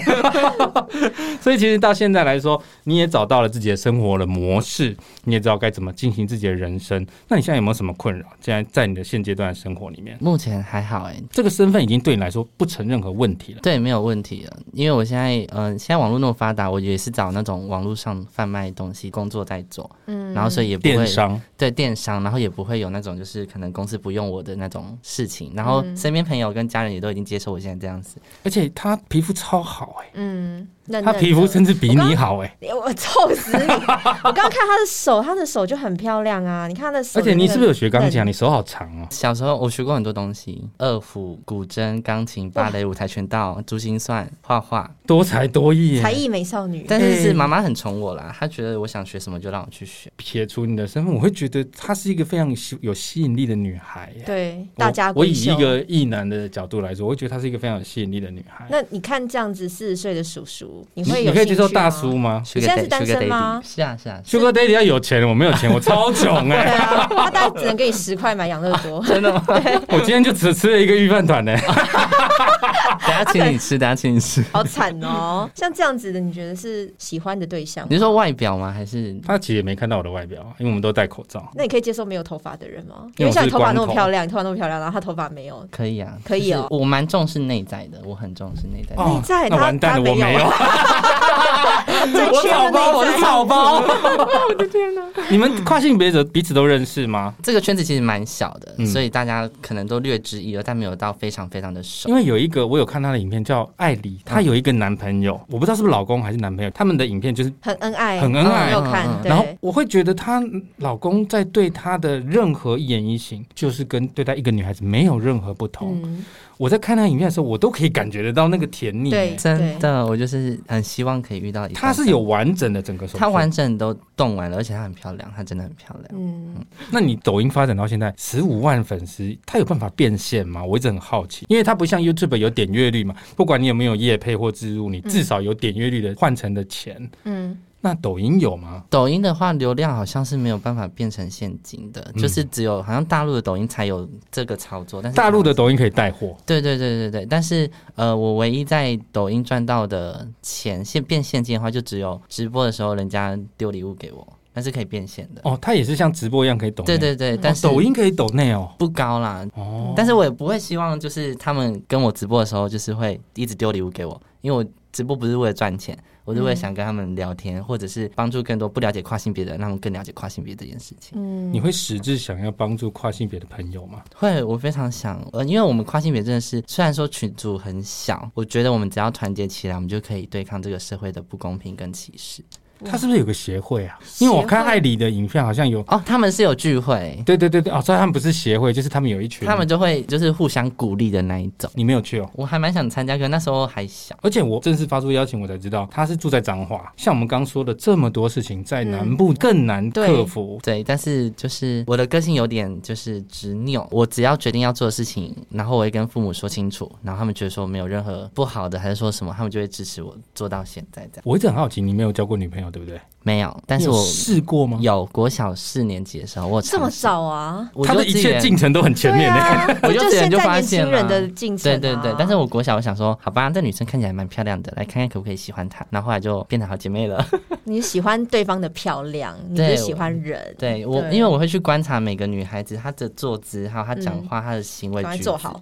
Speaker 2: 所以其实到现在来说，你也找到了自己的生活的模式，你也知道该怎么进行自己的人生。那你现在有没有什么困扰？现在在你的现阶段的生活里面，
Speaker 4: 目前还好哎、
Speaker 2: 这个身份已经对你来说不成任何问题了。
Speaker 4: 对，没有问题了。因为我现在，嗯、现在网络那么发达，我也是找那种网络上贩卖东西工作在做，
Speaker 3: 嗯
Speaker 4: 然后所以也不
Speaker 2: 电
Speaker 4: 会
Speaker 2: 商，
Speaker 4: 对电商，然后也不会有那种就是可能公司不用我的那种事情。然后
Speaker 3: 嗯
Speaker 4: 身边朋友跟家人也都已经接受我现在这样子，
Speaker 2: 而且她皮肤超好哎、
Speaker 3: 嗯，嫩
Speaker 2: 她
Speaker 3: 嫩
Speaker 2: 皮肤
Speaker 3: 的
Speaker 2: 甚至比你好哎、
Speaker 3: 哎我臭死你！我刚看他的手，他的手就很漂亮啊！你看他的手
Speaker 2: 而
Speaker 3: 的那个，
Speaker 2: 且你是不是有学钢琴啊？你手好长哦、
Speaker 4: 小时候我学过很多东西，二胡、古筝、钢琴、芭蕾、舞台、拳道、珠心算、画画，
Speaker 2: 多才多艺啊耶、
Speaker 3: 才艺美少女？
Speaker 4: 但是
Speaker 2: 哎
Speaker 4: 是妈妈很宠我啦，她觉得我想学什么就让我去学。
Speaker 2: 撇除你的身份，我会觉得她是一个非常吸有吸引力的女孩、耶。
Speaker 3: 对，
Speaker 2: 我
Speaker 3: 大家
Speaker 2: 我
Speaker 3: 闺
Speaker 2: 以
Speaker 3: 秀啊
Speaker 2: 一个异男的角度来说，我会觉得她是一个非常有吸引力的女孩。
Speaker 3: 那你看这样子四十岁的叔叔，你
Speaker 2: 你
Speaker 3: 会有
Speaker 2: 你可以接受
Speaker 3: 兴趣吗
Speaker 2: 大叔？吗
Speaker 4: 学
Speaker 3: 现在是单身吗
Speaker 4: 是啊是啊，是
Speaker 2: ？Sugar Daddy 要有钱，我没有钱，我超穷
Speaker 3: 对
Speaker 2: 哎、
Speaker 3: 啊，他大概只能给你十块买养乐 多。
Speaker 4: 真的吗？
Speaker 2: 我今天就只吃了一个预饭团呢。
Speaker 4: 等下请你吃，等下请你吃。
Speaker 3: 好惨哦！像这样子的，你觉得是喜欢的对象吗？
Speaker 4: 你是说外表吗？还是
Speaker 2: 他其实也没看到我的外表，啊因为我们都戴口罩。
Speaker 3: 那你可以接受没有头发的人吗？
Speaker 2: 因为
Speaker 3: 因为
Speaker 2: 我
Speaker 3: 像
Speaker 2: 是
Speaker 3: 你头发那
Speaker 2: 光头
Speaker 3: 么漂亮，你头发那么漂亮，然后他头发没有，
Speaker 4: 可以啊？
Speaker 3: 可以哦
Speaker 4: 就是我蛮重视内在的，我很重视内在的。
Speaker 2: 哦
Speaker 3: 内在
Speaker 2: 那
Speaker 3: 他
Speaker 2: 完蛋了，
Speaker 3: 他
Speaker 2: 我
Speaker 3: 没
Speaker 2: 没
Speaker 3: 有
Speaker 2: 有， 我
Speaker 3: 缺
Speaker 2: 草
Speaker 3: 的
Speaker 2: 包，
Speaker 3: 内
Speaker 2: 我是
Speaker 3: 在
Speaker 2: 草包。我的天哪！你们跨性别者彼此都认识吗？
Speaker 4: 这个圈子其实蛮小的，
Speaker 2: 嗯
Speaker 4: 所以大家可能都略知一二，但没有到非常非常的熟
Speaker 2: 因。为有一个我有看她的影片叫艾
Speaker 3: 嗯
Speaker 2: 莉，她有一个男朋友，我不知道是不是老公还是男朋友，他们的影片就是
Speaker 3: 很恩爱，
Speaker 2: 很恩
Speaker 3: 没
Speaker 2: 爱
Speaker 3: 有。
Speaker 4: 嗯嗯
Speaker 3: 看，
Speaker 2: 然后
Speaker 3: 对，
Speaker 2: 我会觉得她老公在对她的任何一言一行，就是跟对待一个女孩子没有任何不同。
Speaker 3: 嗯，
Speaker 2: 我在看她影片的时候，我都可以感觉得到那个甜腻。
Speaker 3: 对
Speaker 4: 真的，我就是很希望可以遇到一。
Speaker 2: 她是有，完整的整个手术。
Speaker 4: 她完整都动完了，而且她很漂亮，她真的很漂亮。
Speaker 3: 嗯，
Speaker 2: 那你抖音发展到现在十五万粉丝，它有办法变现吗？我一直很好奇，因为它不像 YouTube 有点阅率嘛，不管你有没有业配或植入，你至少有点阅率的换成的钱。
Speaker 3: 嗯，
Speaker 2: 那抖音有吗？
Speaker 4: 抖音的话，流量好像是没有办法变成现金的，
Speaker 2: 嗯
Speaker 4: 就是只有好像大陆的抖音才有这个操作，但是
Speaker 2: 大陆的抖音可以带货，
Speaker 4: 对对对对对，但是呃，我唯一在抖音赚到的钱现变现金的话，就只有直播的时候人家丢礼物给我，那是可以变现的。
Speaker 2: 哦，它也是像直播一样可以抖内。
Speaker 4: 对对对，
Speaker 2: 哦，
Speaker 4: 但是
Speaker 2: 抖音可以抖内哦。
Speaker 4: 不高啦，
Speaker 2: 哦，
Speaker 4: 但是我也不会希望就是他们跟我直播的时候，就是会一直丢礼物给我，因为我直播不是为了赚钱，我是为了想跟他们聊天，或者是帮助更多不了解跨性别的人，让他们更了解跨性别这件事情。
Speaker 3: 嗯，
Speaker 2: 你会实质想要帮助跨性别的朋友吗？
Speaker 4: 会，我非常想，呃，因为我们跨性别真的是，虽然说群组很小，我觉得我们只要团结起来，我们就可以对抗这个社会的不公平跟歧视。
Speaker 2: 他是不是有个协会啊？因为我看
Speaker 3: 协会
Speaker 2: 艾里的影片好像有，
Speaker 4: 哦，他们是有聚会，
Speaker 2: 对对对对，哦，所以他们不是协会，就是他们有一群，
Speaker 4: 他们就会就是互相鼓励的那一种。
Speaker 2: 你没有去哦。
Speaker 4: 我还蛮想参加，可那时候还小。
Speaker 2: 而且我正式发出邀请，我才知道他是住在彰化。像我们刚说的这么多事情，在南部更难克服。
Speaker 4: 嗯对，但是就是我的个性有点就是执拗，我只要决定要做的事情，然后我会跟父母说清楚，然后他们觉得说没有任何不好的，还是说什么，他们就会支持我做到现在这样。
Speaker 2: 我一直很好奇，你没有交过女朋友，对不对？
Speaker 4: 没有，但是
Speaker 2: 你有
Speaker 4: 我
Speaker 2: 试过吗？
Speaker 4: 有国小四年级的时候，我有
Speaker 3: 这么
Speaker 4: 尝试
Speaker 3: 早啊？
Speaker 4: 我
Speaker 2: 他
Speaker 4: 幼
Speaker 2: 的一
Speaker 4: 稚
Speaker 2: 切
Speaker 4: 园，
Speaker 2: 进程都很前面欸呢、
Speaker 3: 对啊
Speaker 4: 我幼
Speaker 3: 就
Speaker 4: 稚
Speaker 3: 现
Speaker 4: 园就
Speaker 3: 在
Speaker 4: 发
Speaker 3: 年
Speaker 4: 现
Speaker 3: 轻人
Speaker 4: 了
Speaker 3: 的进程
Speaker 4: 对
Speaker 3: 啊，
Speaker 4: 对对，但是我国小我想说，好吧，这女生看起来蛮漂亮的，来看看可不可以喜欢她。然后后来就变成好姐妹了。
Speaker 3: 你喜欢对方的漂亮，你不
Speaker 4: 对
Speaker 3: 是喜欢人，
Speaker 4: 对我，因为我会去观察每个女孩子她的坐姿，还有她讲话、她的行
Speaker 3: 嗯
Speaker 4: 为
Speaker 3: 赶快
Speaker 4: 举
Speaker 3: 做
Speaker 4: 止
Speaker 3: 好，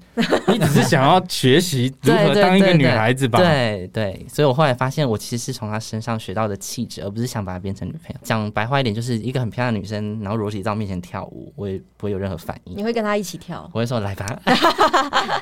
Speaker 2: 你只是想要学习如何当一个女孩子吧？
Speaker 4: 对对，所以我后来发现，我其实是从她身上学到的气质，而不是想把她变成女朋友。讲白话一点，就是一个很漂亮的女生，然后裸体在我面前跳舞，我也不会有任何反
Speaker 3: 你
Speaker 4: 应。
Speaker 3: 会跟他一起 跳。
Speaker 4: 我会说来吧，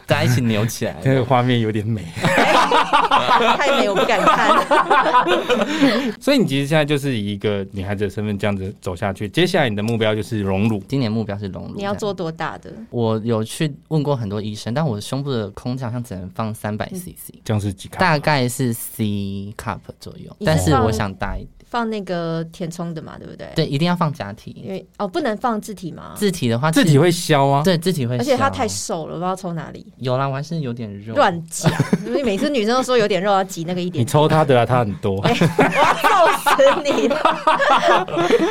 Speaker 4: 大家一起扭起来。
Speaker 2: 这个画面有点美，
Speaker 3: 太美，我不敢 看。
Speaker 2: 所以你其实现在就是以一个女孩子的身份这样子走下去。接下来你的目标就是荣辱，
Speaker 4: 今年目标是融入。
Speaker 3: 你要做多大的？
Speaker 4: 我有去问过很多医生，但我胸部的空间好像只能放
Speaker 3: 嗯
Speaker 4: 三百 CC，
Speaker 2: 这样是几卡？
Speaker 4: 大概是 C cup 左右，
Speaker 3: 你是
Speaker 4: 但是
Speaker 3: 放
Speaker 4: 我想大一点。
Speaker 3: 放那个填充的嘛，对不对？，
Speaker 4: 对，一定要放假
Speaker 3: 因
Speaker 4: 体，
Speaker 3: 为哦不能放字体嘛，
Speaker 4: 字体的话，
Speaker 2: 字体会消啊。
Speaker 4: 对字体会
Speaker 3: 而
Speaker 4: 小，
Speaker 3: 且它太啊瘦了，不知道从哪里
Speaker 4: 有啦，我还是有点肉，
Speaker 3: 乱挤，因为每次女生都说有点肉要挤那个一
Speaker 2: 你
Speaker 3: 点，
Speaker 2: 抽他的啊，他很多。
Speaker 4: 哎
Speaker 3: 笑死你 了！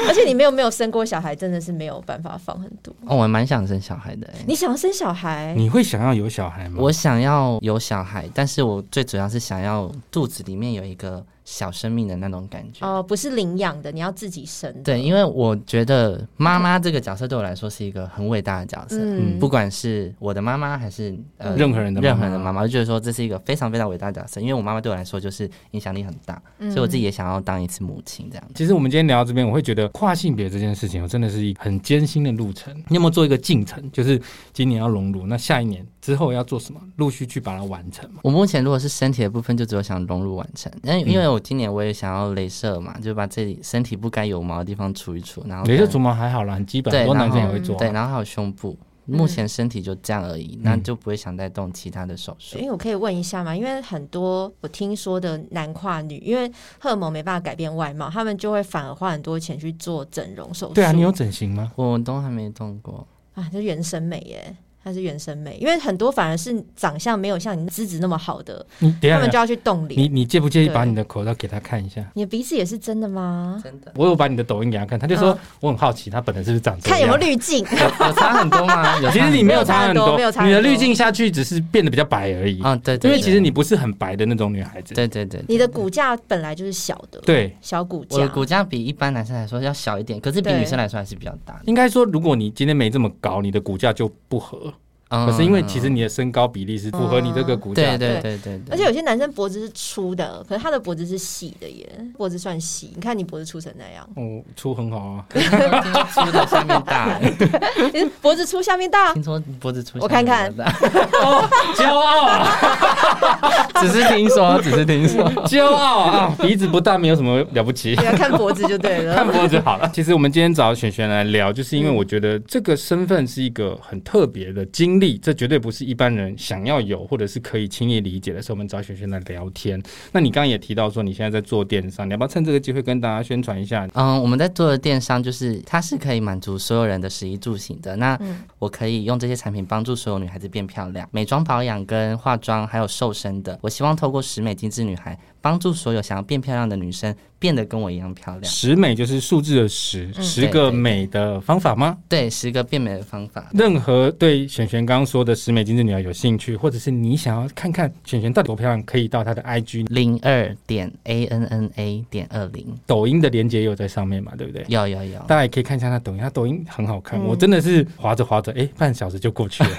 Speaker 3: 而且你没有没有生过小孩，真的是没有办法放很多。
Speaker 4: 哦，我蛮想生小孩的、欸。
Speaker 3: 你想要生小孩，
Speaker 2: 你会想要有小孩吗？
Speaker 4: 我想要有小孩，但是我最主要是想要肚子里面有一个小生命的那种感觉。
Speaker 3: 哦、不是领养的，你要自己生的。
Speaker 4: 对，因为我觉得妈妈这个角色对我来说是一个很伟大的角色，
Speaker 3: 嗯
Speaker 4: 不管是我的妈妈还是呃
Speaker 2: 任何人的妈妈
Speaker 4: 任何人的妈妈，我就觉得说这是一个非常非常伟大的角色，因为我妈妈对我来说就是影响力很大，
Speaker 3: 嗯
Speaker 4: 所以我自己也想要当一次母亲这样子。
Speaker 2: 其实我们今天聊到这边，我会觉得跨性别这件事情，真的是一很艰辛的路程。你有没有做一个进程？就是今年要融入，那下一年之后要做什么？陆续去把它完成嘛。
Speaker 4: 我目前如果是身体的部分，就只有想融入完成，因为因
Speaker 2: 嗯
Speaker 4: 为我今年我也想要镭射嘛，就把这里身体不该有毛的地方除一除，然后
Speaker 2: 镭射
Speaker 4: 可
Speaker 2: 除毛还好啦，很基本，
Speaker 4: 对
Speaker 2: 很多
Speaker 4: 然
Speaker 2: 男生也
Speaker 4: 后
Speaker 2: 会做
Speaker 4: 能
Speaker 2: 啊。嗯
Speaker 4: 对，然后还有胸部。目前身体就这样而已，那就不会想再动其他的手术
Speaker 3: 因。为我可以问一下嘛，因为很多我听说的男跨女，因为荷尔蒙没办法改变外貌，他们就会反而花很多钱去做整容手术。
Speaker 2: 对啊，你有整形吗？
Speaker 4: 我都还没动过，
Speaker 3: 啊，这原生美耶，它是原生美，因为很多反而是长相没有像你资质那么好的，
Speaker 2: 你等一
Speaker 3: 他
Speaker 2: 下
Speaker 3: 们
Speaker 2: 等一
Speaker 3: 就
Speaker 2: 下，
Speaker 3: 要去动
Speaker 2: 啊你
Speaker 3: 脸。
Speaker 2: 你介不介意
Speaker 3: 对
Speaker 2: 把你的口罩给他看一下？
Speaker 3: 你的鼻子也是真的吗？
Speaker 4: 真的
Speaker 2: 我有把你的抖音给他看，他就说
Speaker 3: 嗯
Speaker 2: 我很好奇，他本人是不是长这样？
Speaker 3: 看有没有滤镜。
Speaker 4: 有差很多 吗？有差
Speaker 2: 其实
Speaker 4: 很
Speaker 2: 你
Speaker 4: 多
Speaker 2: 没有差很多，
Speaker 3: 没有差很
Speaker 2: 你
Speaker 3: 多嗯
Speaker 2: 的滤镜下去只是变得比较白而已。
Speaker 4: 啊，对，
Speaker 2: 因
Speaker 4: 对
Speaker 2: 为其实
Speaker 4: 对
Speaker 2: 你不是很白的那种女孩子。
Speaker 4: 对对对，
Speaker 3: 你的骨架本来就是小的，，
Speaker 2: 对，
Speaker 3: 小骨
Speaker 4: 我
Speaker 3: 架
Speaker 4: 的。骨架比一般男生来说要小一点，可是比
Speaker 3: 对
Speaker 4: 女生来说还是比较大的。
Speaker 2: 应该说，如果你今天没这么高，你的骨架就不合。 可
Speaker 3: 嗯
Speaker 4: 可
Speaker 2: 是因为其实你的身高比例是符合你这个骨架
Speaker 4: 哦对
Speaker 2: 的。
Speaker 4: 对对对对，
Speaker 3: 而且有些男生脖子是粗的，可是他的脖子是细的耶，脖子算细。你看你脖子粗成那样，
Speaker 2: 哦，出很好啊，
Speaker 4: 粗的下面大，欸
Speaker 3: 你是脖子粗下面大，
Speaker 4: 听说脖子粗，
Speaker 3: 我看看，
Speaker 2: 骄傲啊，
Speaker 4: 只是听说，只是听说。
Speaker 2: 骄傲啊！ 鼻子不大没有什么了不起
Speaker 3: 你，要啊看脖子就对
Speaker 2: 看
Speaker 3: 了。
Speaker 2: 脖子好了。 其实我们今天找璇璇来聊，就是因为我觉得这个身份是一个很特别的经历，这绝对不是一般人想要有或者是可以轻易理解的。所以我们找璇璇来聊天。那你刚刚也提到说你现在在做电商，你要不要趁这个机会跟大家宣传一下？
Speaker 4: 嗯，我们在做的电商就是它是可以满足所有人的食衣住行的。那我可以用这些产品帮助所有女孩子变漂亮，美妆保养跟化妆，还有瘦身的。我希望透过十美精致女孩，帮助所有想要变漂亮的女生变得跟我一样漂亮。
Speaker 2: 十美就是数字的十，十
Speaker 4: 对对
Speaker 2: 个
Speaker 4: 对
Speaker 2: 美的方法吗？
Speaker 4: 对，十个变美的方法。
Speaker 2: 任何对璇璇刚刚说的十美金致女孩有兴趣，或者是你想要看看璇璇到底多漂亮，可以到她的 IG、
Speaker 4: 零二点 a n n a 点二零，
Speaker 2: 抖音的链接也有在上面嘛，对不对？
Speaker 4: 有有有，
Speaker 2: 大家也可以看一下她抖音，她抖音很好
Speaker 3: 嗯
Speaker 2: 看，我真的是滑着滑着，哎，半小时就过 去了，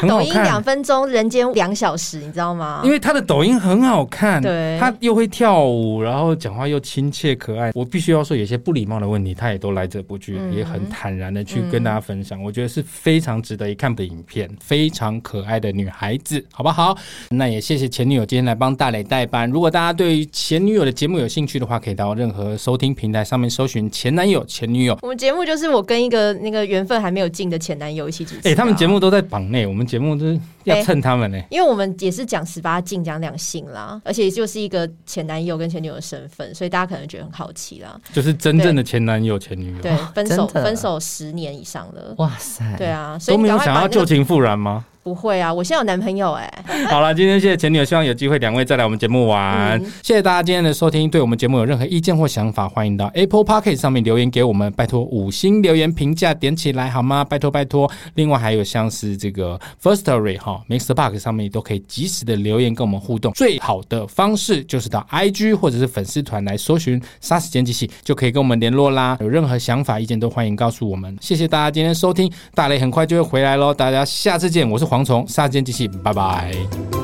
Speaker 2: 很
Speaker 3: 抖
Speaker 2: 好
Speaker 3: 音两
Speaker 2: 看。
Speaker 3: 分钟，人间两小时，你知道吗
Speaker 2: 因？为她的抖音很好看，
Speaker 3: 对
Speaker 2: 她又会跳舞，然后讲话又亲切可爱。我必须要说，有些不礼貌的问题，她也都来者不拒，
Speaker 3: 嗯
Speaker 2: 也很坦然的去跟大家分享。我觉得是非常值得一看的影片，非常可爱的女孩子，好不好？那也谢谢前女友今天来帮大磊代班。如果大家对于前女友的节目有兴趣的话，可以到任何收听平台上面搜寻前男友、前女友。
Speaker 3: 我们节目就是我跟一个那个缘分还没有尽的啊前男友一起主持、
Speaker 2: 哎、他们节，目都在榜内，我们节目都是要
Speaker 3: 哎
Speaker 2: 蹭他们呢、
Speaker 3: 因为我们也是讲十八禁，讲两性啦，而且就是一个前男友跟前女友的身份，所以大家可能觉得很好奇啦。
Speaker 2: 就是真正的前男友、前女友。
Speaker 3: 对，分手
Speaker 4: 真的
Speaker 3: 分手十年以上了。
Speaker 4: 哇塞，
Speaker 3: 对啊，所以
Speaker 2: 都没
Speaker 3: 你
Speaker 2: 有
Speaker 3: 赶快
Speaker 2: 想
Speaker 3: 把
Speaker 2: 要
Speaker 3: 那个
Speaker 2: 旧情复燃吗？
Speaker 3: 不会啊，我现在有男朋友哎、
Speaker 2: 好了，今天谢谢前女友，希望有机会两位再来我们节目玩。谢谢大家今天的收听，对我们节目有任何意见或想法，欢迎到 Apple p o c k e t 上面留言给我们，拜托五星留言评价点起来好吗？拜托拜托。另外还有像是这个 First Story 哈 Mixer Box 上面也都可以及时的留言跟我们互动。最好的方式就是到 IG 或者是粉丝团来搜寻“杀时间机器”，就可以跟我们联络啦。有任何想法、意见都欢迎告诉我们。谢谢大家今天收听，大雷很快就会回来喽，大家下次见。我是蝗虫，杀时间机器，拜拜。